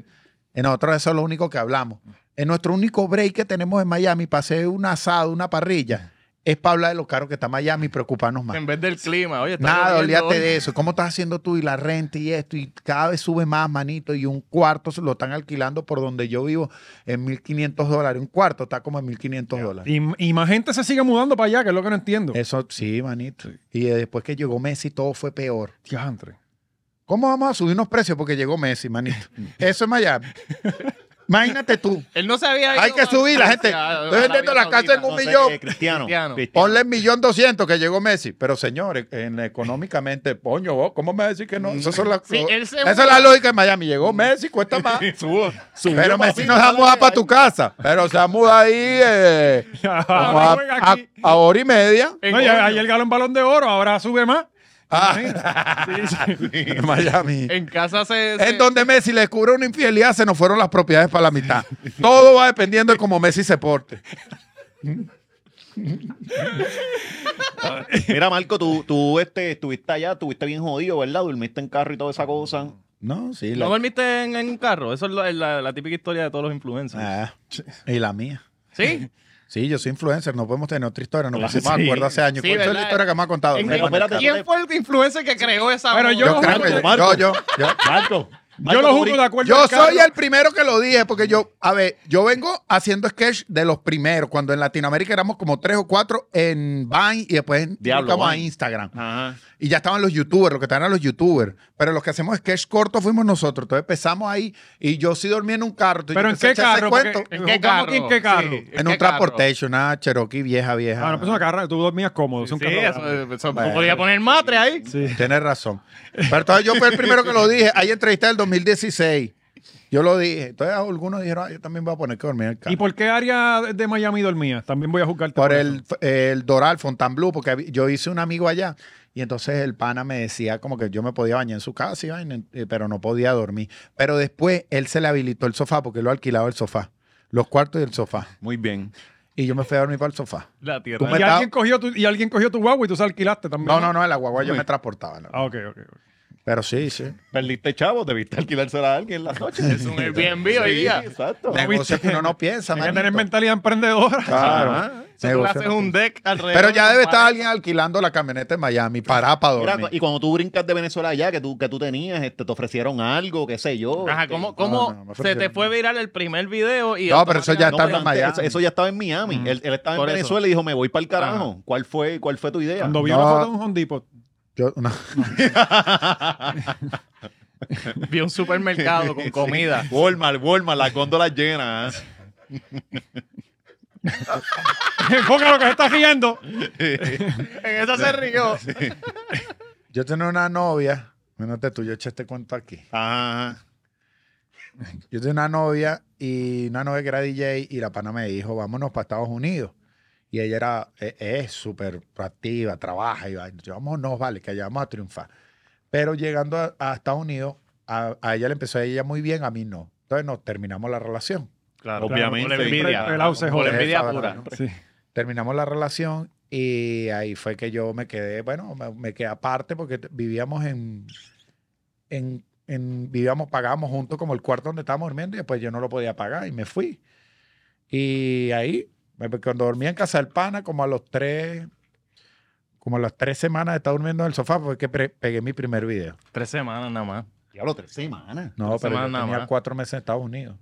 En nosotros eso es lo único que hablamos. En nuestro único break que tenemos en Miami para hacer un asado, una parrilla, es para hablar de lo caro que está Miami y preocuparnos más. En vez del clima, oye. está Nada, lloviendo olvídate hoy. de eso. ¿Cómo estás haciendo tú y la renta y esto? Y cada vez sube más, manito, y un cuarto se lo están alquilando por donde yo vivo en 1.500 dólares. Un cuarto está como en 1.500 dólares. Y, y más gente se sigue mudando para allá, que es lo que no entiendo. Eso sí, manito. Y eh, después que llegó Messi todo fue peor. Diantre. ¿Cómo vamos a subir los precios? Porque llegó Messi, manito. Eso es Miami. Imagínate tú. Él no sabía. Hay que subir, la gente. Estoy vendiendo la casa en un No sé, millón. eh, Cristiano. Cristiano. Ponle el millón doscientos que llegó Messi. Pero señores, en- económicamente, poño, vos, ¿cómo me decís que no? Eso son las- Sí, él se- esa es la lógica de Miami. Llegó Messi, cuesta más. Subo, subió, Pero papi, Messi no se va a dale, mudar para tu ahí. casa. Pero se va a mudar ahí eh, como Ahora a, juega a- aquí. a hora y media. No, y ayer ganó un balón de oro, ahora sube más. Ah. En Miami. En casa se. se- En donde Messi le descubre una infidelidad, se nos fueron las propiedades para la mitad. Todo va dependiendo de cómo Messi se porte. Mira, Marco, tú, tú este, estuviste allá, estuviste bien jodido, ¿verdad? Durmiste en carro y toda esa cosa. No, sí. ¿No La... dormiste en, en un carro? Eso es lo- es la, la típica historia de todos los influencers. Ah, y la mía. ¿Sí? Sí, yo soy influencer, no podemos tener otra historia, no Claro, me sí. acuerdo hace años. Sí, ¿Cuál es la ¿verdad? historia que me ha contado? ¿En- Me Pero espérate, yo, yo ¿Quién fue el influencer que creó esa Pero yo- moda? creo que- Marco. yo, yo, yo, Marco. Yo lo juzgo de acuerdo yo al soy carro. el primero que lo dije, porque yo, a ver, yo vengo haciendo sketch de los primeros, cuando en Latinoamérica éramos como tres o cuatro en Vine y después Diablo, estamos a Vine. Instagram. Ajá. Y ya estaban los youtubers, los que estaban eran los youtubers. Pero los que hacemos sketch cortos fuimos nosotros. Entonces empezamos ahí y yo sí dormí en un carro. Entonces ¿Pero yo en empecé qué a echar ese carro? cuento Porque- ¿En qué carro? ¿En qué carro? Sí. En qué un carro? transportation, una Cherokee vieja, vieja. Ah, no, pues una carrera, tú dormías cómodo. es Sí, un carro eso, grande. eso- Bueno. podía poner matre ahí. Tienes razón. Pero entonces yo fui el primero que lo dije. Ahí entrevisté el 2016. Yo lo dije. Entonces algunos dijeron, "Ah, yo también voy a poner que dormir en el carro. ¿Y por qué área de Miami dormías? También voy a juzgarte. Por eso. el, el Doral, Fontainebleau, porque habí- yo hice un amigo allá y entonces el pana me decía como que yo me podía bañar en su casa, y vaina, eh, pero no podía dormir. Pero después él se le habilitó el sofá porque lo alquilaba el sofá, los cuartos y el sofá. Muy bien. Y yo me fui a dormir para el sofá. La tierra. Tú Y me- alguien, cogió tu, y alguien cogió tu guagua y tú se alquilaste también. No, no, no, en la guagua yo me transportaba. ¿no? Ah, ok, ok. ok. Pero sí, sí. Perdiste chavo, debiste alquilársela a alguien en las noches. Es un Airbnb hoy día. Exacto. Negocio que uno no piensa, Hay que tener manito. mentalidad emprendedora. Claro. Si tú le Negocio haces no un deck alrededor. Pero ya de debe la estar pared. alguien alquilando la camioneta en Miami, parada para Mira, dormir. y cuando tú brincas de Venezuela allá, que tú, que tú tenías, este, te ofrecieron algo, qué sé Oh, yo. Ajá, este, ¿cómo, cómo no, me se te ofrecieron. fue viral el primer video? Y No, pero eso ya No, automáticamente- está pero en antes, Miami. eso, eso ya estaba en Miami. Él, él estaba Por eso. en Venezuela y dijo, me voy para el carajo. ¿Cuál fue, ¿Cuál fue tu idea? Cuando vio No. la foto de un Home Depot. Yo- no. Vi un supermercado con comida. Walmart, Walmart, las góndolas llenas. Enfoca lo que se está riendo. en esa se rió. Yo tenía una novia, Mírate tú, yo eché este cuento aquí. Ajá. Yo tenía una novia y una novia que era DJ y la pana me dijo, vámonos para Estados Unidos. Y ella era, e- es súper proactiva, trabaja y va. Yo, vámonos, vale, que allá vamos a triunfar. Pero llegando a, a Estados Unidos, a, a ella le empezó a ella muy bien, a mí no. Entonces nos terminamos la relación. Claro, Obviamente. Por envidia. Pelado se Por jode. envidia Esa, pura. ¿verdad? Sí. Terminamos la relación y ahí fue que yo me quedé, bueno, me, me quedé aparte porque t- vivíamos en, en, en- vivíamos, pagábamos juntos como el cuarto donde estábamos durmiendo y después yo no lo podía pagar y me fui. Y ahí, me- cuando dormía en casa del pana, como a los tres, como a las tres semanas de estar durmiendo en el sofá, porque pre- pegué mi primer video. Tres semanas nada más. Diablo, tres semanas. No, Tres pero yo semanas nada tenía más. cuatro meses en Estados Unidos.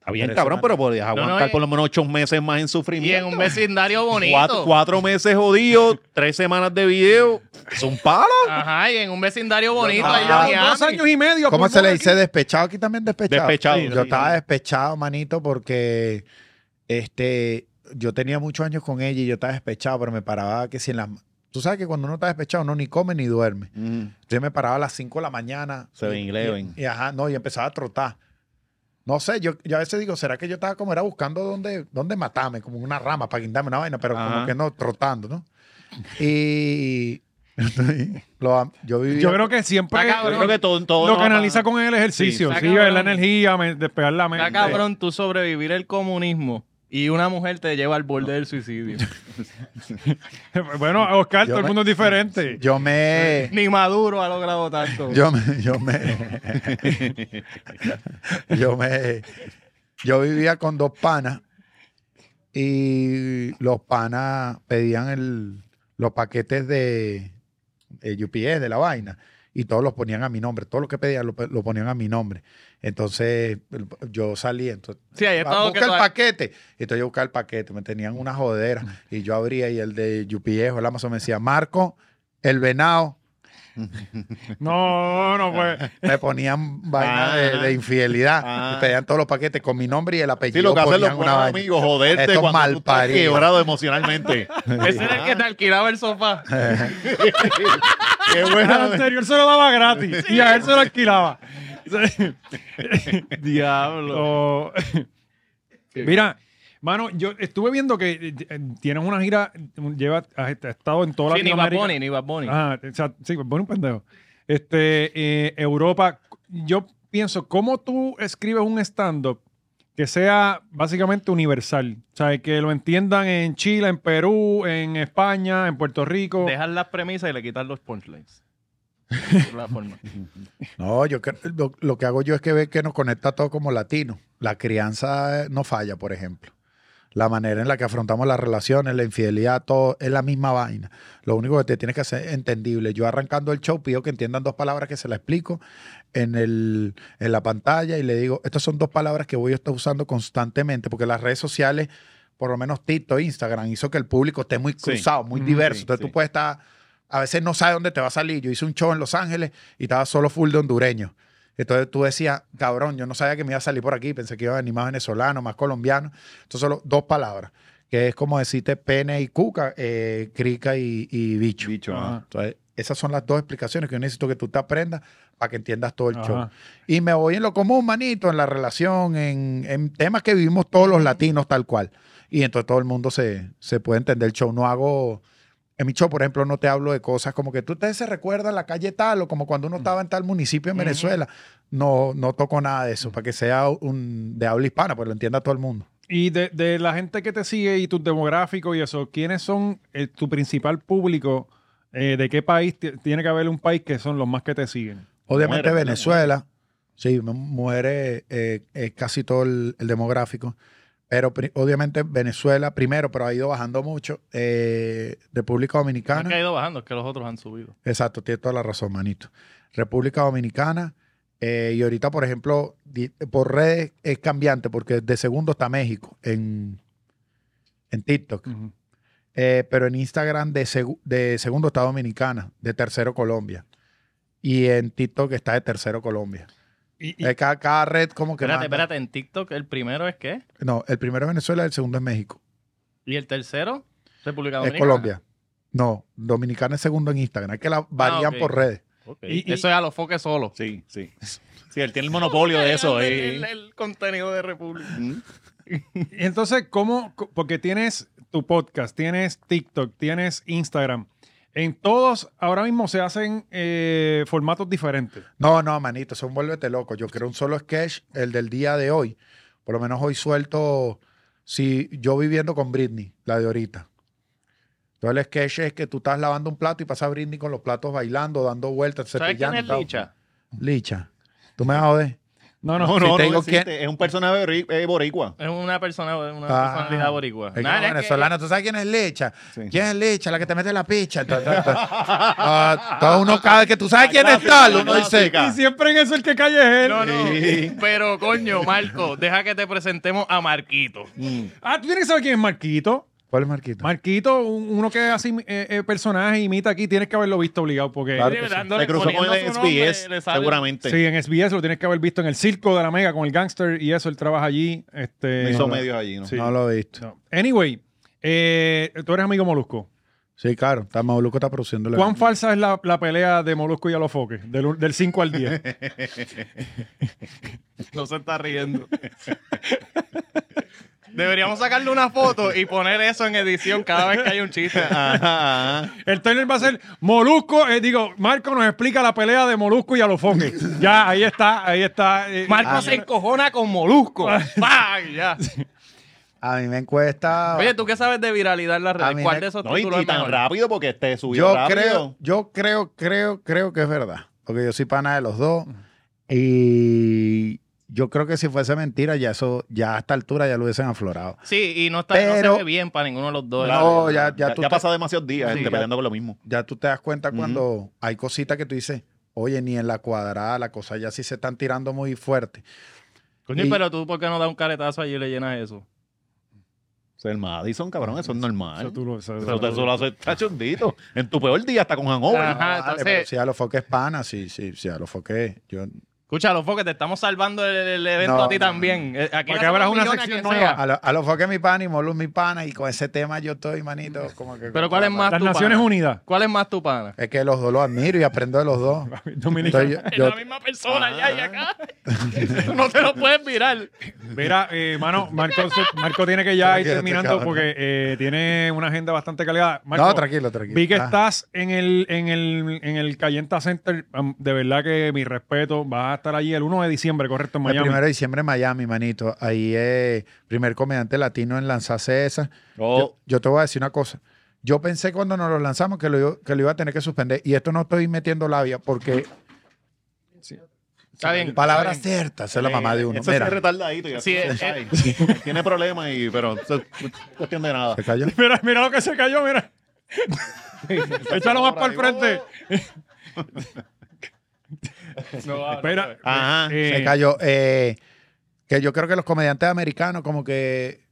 Está bien, Tres cabrón, semanas. pero podías no, aguantar y- por lo menos ocho meses más en Y sufrimiento. en un vecindario bonito. Cuatro, cuatro meses jodido, tres semanas de video. Es un palo. Ajá, y en un vecindario bonito. Ah, allá en dos Miami. años y medio. pues, ¿Cómo pulmón se le aquí. dice despechado? Aquí también despechado. Despechado. yo estaba despechado, manito, porque este, yo tenía muchos años con ella y yo estaba despechado, pero me paraba que si en las... Tú sabes que cuando uno está despechado, no ni come ni duerme. Mm. Yo me paraba a las 5 de la mañana. Se ven y- eleven. Y, y ajá, no, y empezaba a trotar. No sé, yo, yo a veces digo, ¿será que yo estaba como era buscando dónde, dónde matarme? Como una rama para guindarme una vaina, pero Ajá. como que no, trotando, ¿no? Y... lo am- yo vivía... Yo creo que siempre Está Yo cabrón. creo que todo, todo lo nos canaliza pasa. con el ejercicio. Sí, Sí, está es la cabrón. energía, me- despegar la mente. Está cabrón tú sobrevivir el comunismo y una mujer te lleva al borde del suicidio. Bueno, Oscar, Yo todo el me- mundo es diferente. Yo me... Ni Maduro ha logrado tanto. Yo me, yo me, yo me, yo vivía con dos panas y los panas pedían el, los paquetes de, de UPS, de la vaina, y todos los ponían a mi nombre, todo lo que pedían lo, pe- lo ponían a mi nombre. Entonces el- yo salí, entonces, Sí, ahí "Va, está lo que busca el tú- paquete. Y entonces yo buscaba el paquete, me tenían una jodera y yo abría y el de UPS o el Amazon me decía, Marco, el venado No, no, pues. me ponían vaina de, Ah. de infidelidad. Ah. Y pedían todos los paquetes con mi nombre y el apellido. Sí, lo que hacen ponían una los buenos vaina. amigos, joderte Estos cuando tú estás malparidos. quebrado emocionalmente. Ese era el Ah. que te alquilaba el sofá. Qué Al buena. anterior se lo daba gratis y a él se lo alquilaba. Diablo. So, Oh. Mira, mano, yo estuve viendo que eh, eh, tienes una gira, lleva, has estado en toda Sí, ni Bad Latinoamérica. Bunny, ni Bad Bunny. Ah, exacto. Sí, pone un pendejo. Este, eh, Europa, yo pienso, ¿cómo tú escribes un stand-up que sea básicamente universal? O sea, que lo entiendan en Chile, en Perú, en España, en Puerto Rico. Dejar las premisas y le quitar los punchlines. de la forma. No, yo cre- lo, lo que hago yo es que ve que nos conecta todo como latinos. La crianza eh, no falla, por ejemplo. La manera en la que afrontamos las relaciones, la infidelidad, todo es la misma vaina. Lo único que te tienes que hacer entendible. Yo arrancando el show pido que entiendan dos palabras que se las explico en, el, en la pantalla y le digo, estas son dos palabras que voy a estar usando constantemente porque las redes sociales, por lo menos TikTok, Instagram, hizo que el público esté muy cruzado, muy diverso. sí, Entonces sí. tú puedes estar, a veces no sabes dónde te va a salir. Yo hice un show en Los Ángeles y estaba solo full de hondureños. Entonces tú decías, cabrón, yo no sabía que me iba a salir por aquí, pensé que iba a venir más venezolano, más colombiano. Entonces, solo dos palabras, que es como decirte pene y cuca, eh, crica y, y bicho. Bicho, ajá. Entonces, esas son las dos explicaciones que yo necesito que tú te aprendas para que entiendas todo el Ajá. show. Y me voy en lo común, manito, en la relación, en, en temas que vivimos todos los latinos tal cual. Y entonces todo el mundo se, se puede entender el show. No hago... En mi show, por ejemplo, no te hablo de cosas como que tú ustedes se recuerdan la calle tal o como cuando uno estaba en tal municipio en Venezuela. No, no toco nada de eso para que sea un, de habla hispana, pues lo entienda todo el mundo. Y de, de la gente que te sigue y tus demográficos y eso, ¿quiénes son eh, tu principal público? Eh, ¿De qué país? Ti- Tiene que haber un país que son los más que te siguen. Obviamente Muere, Venezuela, sí, mu- muere eh, eh, casi todo el, el demográfico, pero pri- obviamente Venezuela primero, pero ha ido bajando mucho. eh, República No es que ha Dominicana, ido bajando, es que los otros han subido. exacto, tiene toda la razón, manito. República Dominicana, eh, y ahorita, por ejemplo, di- por redes es cambiante, porque de segundo está México en, en TikTok. Eh, pero en Instagram de, segu- de segundo está Dominicana, de tercero Colombia. Y en TikTok está de tercero Colombia. Y- y- Eh, cada, cada red como que... Espérate, manda. espérate, en TikTok el primero es qué? No, el primero es Venezuela, el segundo es México. ¿Y el tercero? República Es Dominicana. Colombia. No, Dominicana es segundo en Instagram. Es que la varían Ah, ok. por redes. Ok. Y- y- Eso es a los foques solo. Sí, sí. Sí, él tiene el monopolio de eso. El, eh. el- el contenido de República. Mm. Entonces, ¿cómo? co- Porque tienes tu podcast, tienes TikTok, tienes Instagram. En todos ahora mismo se hacen eh, formatos diferentes. No, no, manito, son vuélvete loco. Yo quiero un solo sketch, el del día de hoy. Por lo menos hoy suelto, si yo viviendo con Britney, la de ahorita. Entonces el sketch es que tú estás lavando un plato y pasa Britney con los platos bailando, dando vueltas, ¿Sabes quién cepillando. es tal. Licha? Licha. Tú me jodes. No, no. No, Si no, te no digo existe. quién- Es un personaje ori- eh, boricua. Es una persona, una Ah, personalidad boricua. Es Nada, como Pues, es que- venezolano. ¿Tú sabes quién es Licha? Sí. ¿Quién es Licha? La que te mete la picha. Ta, ta, ta. Ah, todo uno cada vez que tú sabes quién es tal, uno dice... Y siempre en eso el que calle es él. No, no. Sí. Pero coño, Marco, deja que te presentemos a Marquito. Mm. Ah, tú tienes que saber quién es Marquito. ¿Cuál es Marquito? Marquito, un- uno que hace im- eh, eh, personajes, imita aquí, tienes que haberlo visto obligado porque... Claro. Sí, que sí. dándole- Se cruzó con poniendo el su nombre, SBS, le sale- seguramente. Sí, en SBS lo tienes que haber visto en el circo de la mega con el gangster y eso, él trabaja allí. Este, Me hizo medio allí, ¿no? Sí. No lo he visto. No. Anyway, eh, tú eres amigo Molusco. Sí, claro. Está Mauluco está produciendo la- ¿Cuán falsa es la, la pelea de Molusco y Alofoque? Del, un- del 5 al 10. No se está riendo. Deberíamos sacarle una foto y poner eso en edición cada vez que hay un chiste. Ajá, ajá. El trailer va a ser Molusco, eh, digo, Marco nos explica la pelea de Molusco y Alofoque. ya, ahí está, ahí está. eh, Marco ah, se encojona con molusco. ¡Pah! Ya. A mí me encuesta... Oye, ¿tú qué sabes de viralidad en las A redes? mí ¿Cuál Ah, me- de esos No, y, títulos y es tan mejor? rápido porque este subió yo rápido. creo, yo creo, creo, creo que es verdad. Porque yo soy pana de los dos. Y yo creo que si fuese mentira, ya eso, ya a esta altura ya lo hubiesen aflorado. Sí, y no, está, no Pero- se ve bien para ninguno de los dos. ¿eh? No, ya, ya, Ya, tú ya te- pasa demasiados días Sí, gente ya. peleando con lo mismo. ya tú te das cuenta Ujú. cuando hay cositas que tú dices, oye, ni en la cuadrada, la cosa ya sí se están tirando muy fuerte. Coño, Y- pero tú, ¿por qué no das un caretazo allí y le llenas eso? O sea, el Madison, cabrón, eso es normal. eso tú lo- eso- Pero te- eso lo hace está chundito. En tu peor día, hasta con hangover. Ajá, Oh, No, vale, Ah, entonces- pero si a los foques pana, sí, sí, si a los foques. Yo, Escucha, los foques, te estamos salvando el, el evento No, a ti no, también. Eh, Aquí Porque hacemos habrás una millones a sección quien nueva. sea. a, lo- a los foques mi pana y Molu mi pana, y con ese tema yo estoy, manito, como que. Pero ¿cuál es más Las tu Naciones pana? Unidas. ¿Cuál es más tu pana? Es que los dos los admiro y aprendo de los dos. Dominicano. Entonces, yo- yo- misma persona Ah. allá y acá. no te lo puedes mirar. Mira, eh, mano, Marco, se- Marco tiene que ya ir Tranquilo, terminando cabrón. porque eh, tiene una agenda bastante cargada. Marco, no, tranquilo, tranquilo. Vi que Ah, estás en el, en el, en el Cayenta Center. Am, De verdad que mi respeto. Vas a estar allí el 1 de diciembre, correcto, en El Miami. primero de diciembre en Miami, manito. Ahí es primer comediante latino en lanzarse esa. Oh, Yo, yo te voy a decir una cosa. Yo pensé cuando nos lo lanzamos que lo, iba- que lo iba a tener que suspender. Y esto no estoy metiendo labia porque Está bien. palabra está bien. cierta es la mamá de uno. Eso sí Mira, es eh, retardadito. ya. Sí, eh, es- Ay, Tiene problemas, y, pero eso es cuestión de nada. se cayó. Mira, mira lo que se cayó, mira. Échalo más para el frente. Espera. Ajá. eh, Ah, Se cayó. Eh, que yo creo que los comediantes americanos como que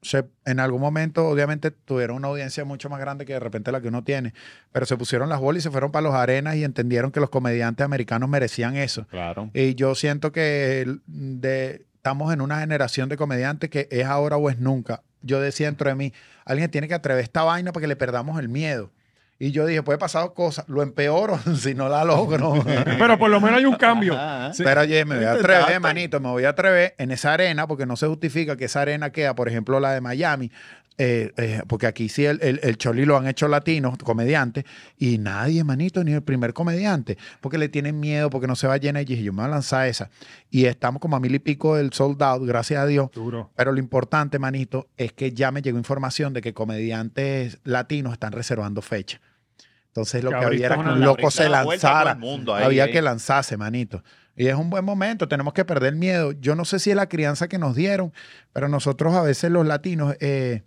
se- en algún momento obviamente tuvieron una audiencia mucho más grande que de repente la que uno tiene, pero se pusieron las bolas y se fueron para los arenas y entendieron que los comediantes americanos merecían eso. Claro. Y yo siento que el- de- estamos en una generación de comediantes que es ahora o es nunca. Yo decía dentro de mí, alguien tiene que atrever esta vaina para que le perdamos el miedo. Y yo dije, puede pasar dos cosas, lo empeoro si no la logro. Pero por lo menos hay un cambio. Ajá. Sí. Pero oye, me voy a Intentaste. atrever, manito, me voy a atrever en esa arena, porque no se justifica que esa arena queda, por ejemplo, la de Miami, eh, eh, porque aquí sí el, el, el choli lo han hecho latinos, comediantes, y nadie, manito, ni el primer comediante, porque le tienen miedo, porque no se va llena, y dije, yo me voy a lanzar esa. Y estamos como a mil y pico del sold out, gracias a Dios. Duro. Pero lo importante, manito, es que ya me llegó información de que comediantes latinos están reservando fecha. Entonces, lo Que que, ahorita es hubiera que una un la- loco se La vuelta a todo pues. lanzara. el mundo ahí, eh. Había ahí. que lanzarse, manito. Y es un buen momento, tenemos que perder miedo. Yo no sé si es la crianza que nos dieron, pero nosotros a veces los latinos, eh,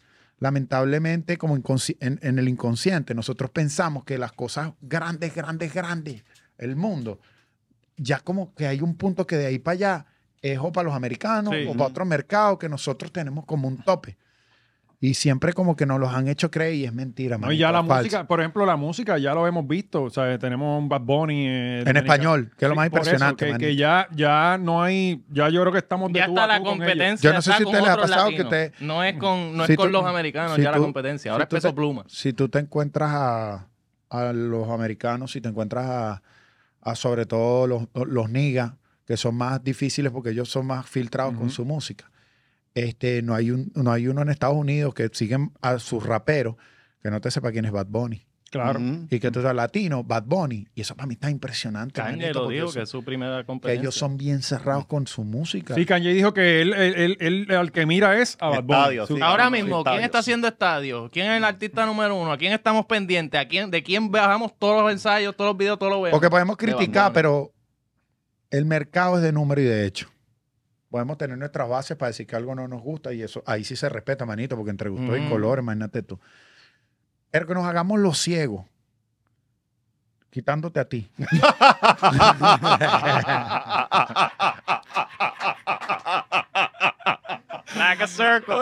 lamentablemente, como inconsci- en, en el inconsciente, nosotros pensamos que las cosas grandes, grandes, grandes, el mundo, ya como que hay un punto que de ahí para allá es o para los americanos Sí. o para otros mercados que nosotros tenemos como un tope. Y siempre como que nos los han hecho creer y es mentira. No, manito, y ya la es falso. música, por ejemplo, la música ya lo hemos visto. O sea, tenemos un Bad Bunny. eh, En dominicano. español, que es lo Sí, más por eso, impresionante. que- que, manito. ya, ya no hay. Ya yo creo que estamos de Ya tú está a la tú con ellos. competencia. Yo no sé está si con a ustedes les ha otros pasado que latinos. usted- No es con, no es Si con tú- los americanos si ya la tú- competencia. Ahora si tú es peso te- pluma. Si tú te encuentras a, a los americanos, si te encuentras a, a sobre todo los, los niggas, que son más difíciles porque ellos son más filtrados con Ujú. su música. Este, no, hay un, no hay uno en Estados Unidos que siguen a sus raperos que no te sepa quién es Bad Bunny. Claro. Ujú. Y que tú eres latino, Bad Bunny. Y eso para mí está impresionante. Kanye manito, lo porque dijo, ellos- que es su primera que competencia. ellos son bien cerrados con su música. Sí, Kanye dijo que él, él, él, él al que mira es a Bad Bunny. Estadio, Su- sí. Ahora Vamos, mismo, estadios. ¿quién está haciendo estadios? ¿Quién es el artista número uno? ¿A quién estamos pendientes? ¿A quién, ¿De quién bajamos todos los ensayos, todos los videos, todos los vemos? Porque podemos Bad criticar, Bunny. pero el mercado es de número y de hecho. Podemos tener nuestras bases para decir que algo no nos gusta y eso ahí sí se respeta, manito, porque entre gustos y Mm. Ujú. colores, imagínate tú. Pero que nos hagamos los ciegos, quitándote a ti. Ah, Like a circle.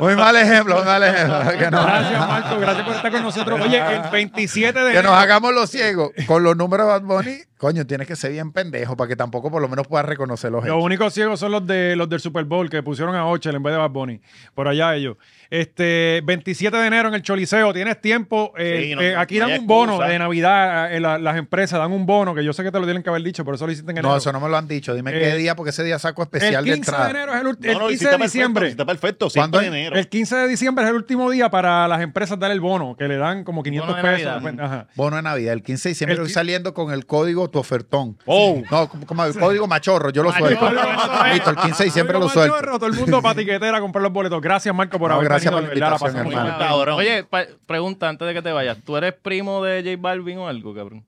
Muy mal ejemplo, muy mal ejemplo. Que nos, Gracias, Marco. Gracias por estar con nosotros. Oye, el 27 de que nos enero- hagamos los ciegos con los números de Bad Bunny. Coño, tienes que ser bien pendejo para que tampoco por lo menos puedas reconocer los Los hechos. únicos ciegos son los de los del Super Bowl que pusieron a Ochel en vez de Bad Bunny. Por allá ellos. Este 27 de enero en el Choliseo, tienes tiempo. eh, Sí, no- eh, no aquí hay dan un excusa. bono de Navidad. eh, la- las empresas dan un bono que yo sé que te lo tienen que haber dicho, por eso lo hiciste en enero. No, eso no me lo han dicho. Dime qué Eh, día, porque ese día saco el especial de 15 de entrada. enero es el, ulti- No, el no, y 15 si está de perfecto, diciembre. si Está perfecto, ¿Cuándo 5 de es? enero. El 15 de diciembre es el último día para las empresas dar el bono, que le dan como 500 Bono de pesos. pues, Navidad. Ajá. Bono de Navidad, el 15 de diciembre El voy qui- saliendo con el código tu ofertón. Oh. No, como, como el código machorro, yo lo Machorro, suelto. eso es. Listo, el 15 de diciembre lo Amigo suelto. machorro, todo el mundo para tiquetera a comprar los boletos. Gracias, Marco, por No, haber gracias venido. por De la verdad, invitación, pasamos Muy muy hermano. mal. cabrón. Oye, pa- pregunta antes de que te vayas. ¿Tú eres primo de J Balvin o algo, cabrón?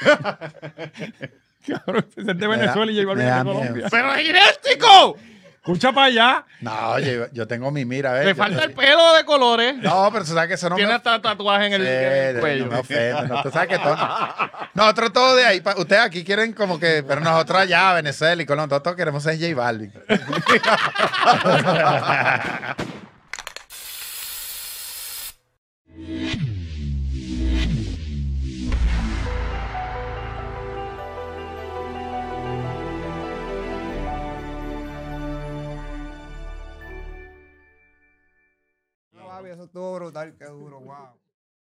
Cabrón, es de Me da- Venezuela y J Balvin me es da de Colombia. miedo. ¡Pero es idéntico! Escucha para allá. No, oye, yo, tengo mi mira, ¿ves? Le Yo- falta el pelo de colores. No, pero tú sabes que eso no Tiene me hasta tatuaje en el, en el ofende, cuello. no me ofende, no, tú sabes que todo... Nosotros todos de ahí, pa- ustedes aquí quieren como que... Pero nosotros allá, Venezuela y Colombia, nosotros todos queremos ser J Balvin. Eso estuvo brutal, qué duro, wow.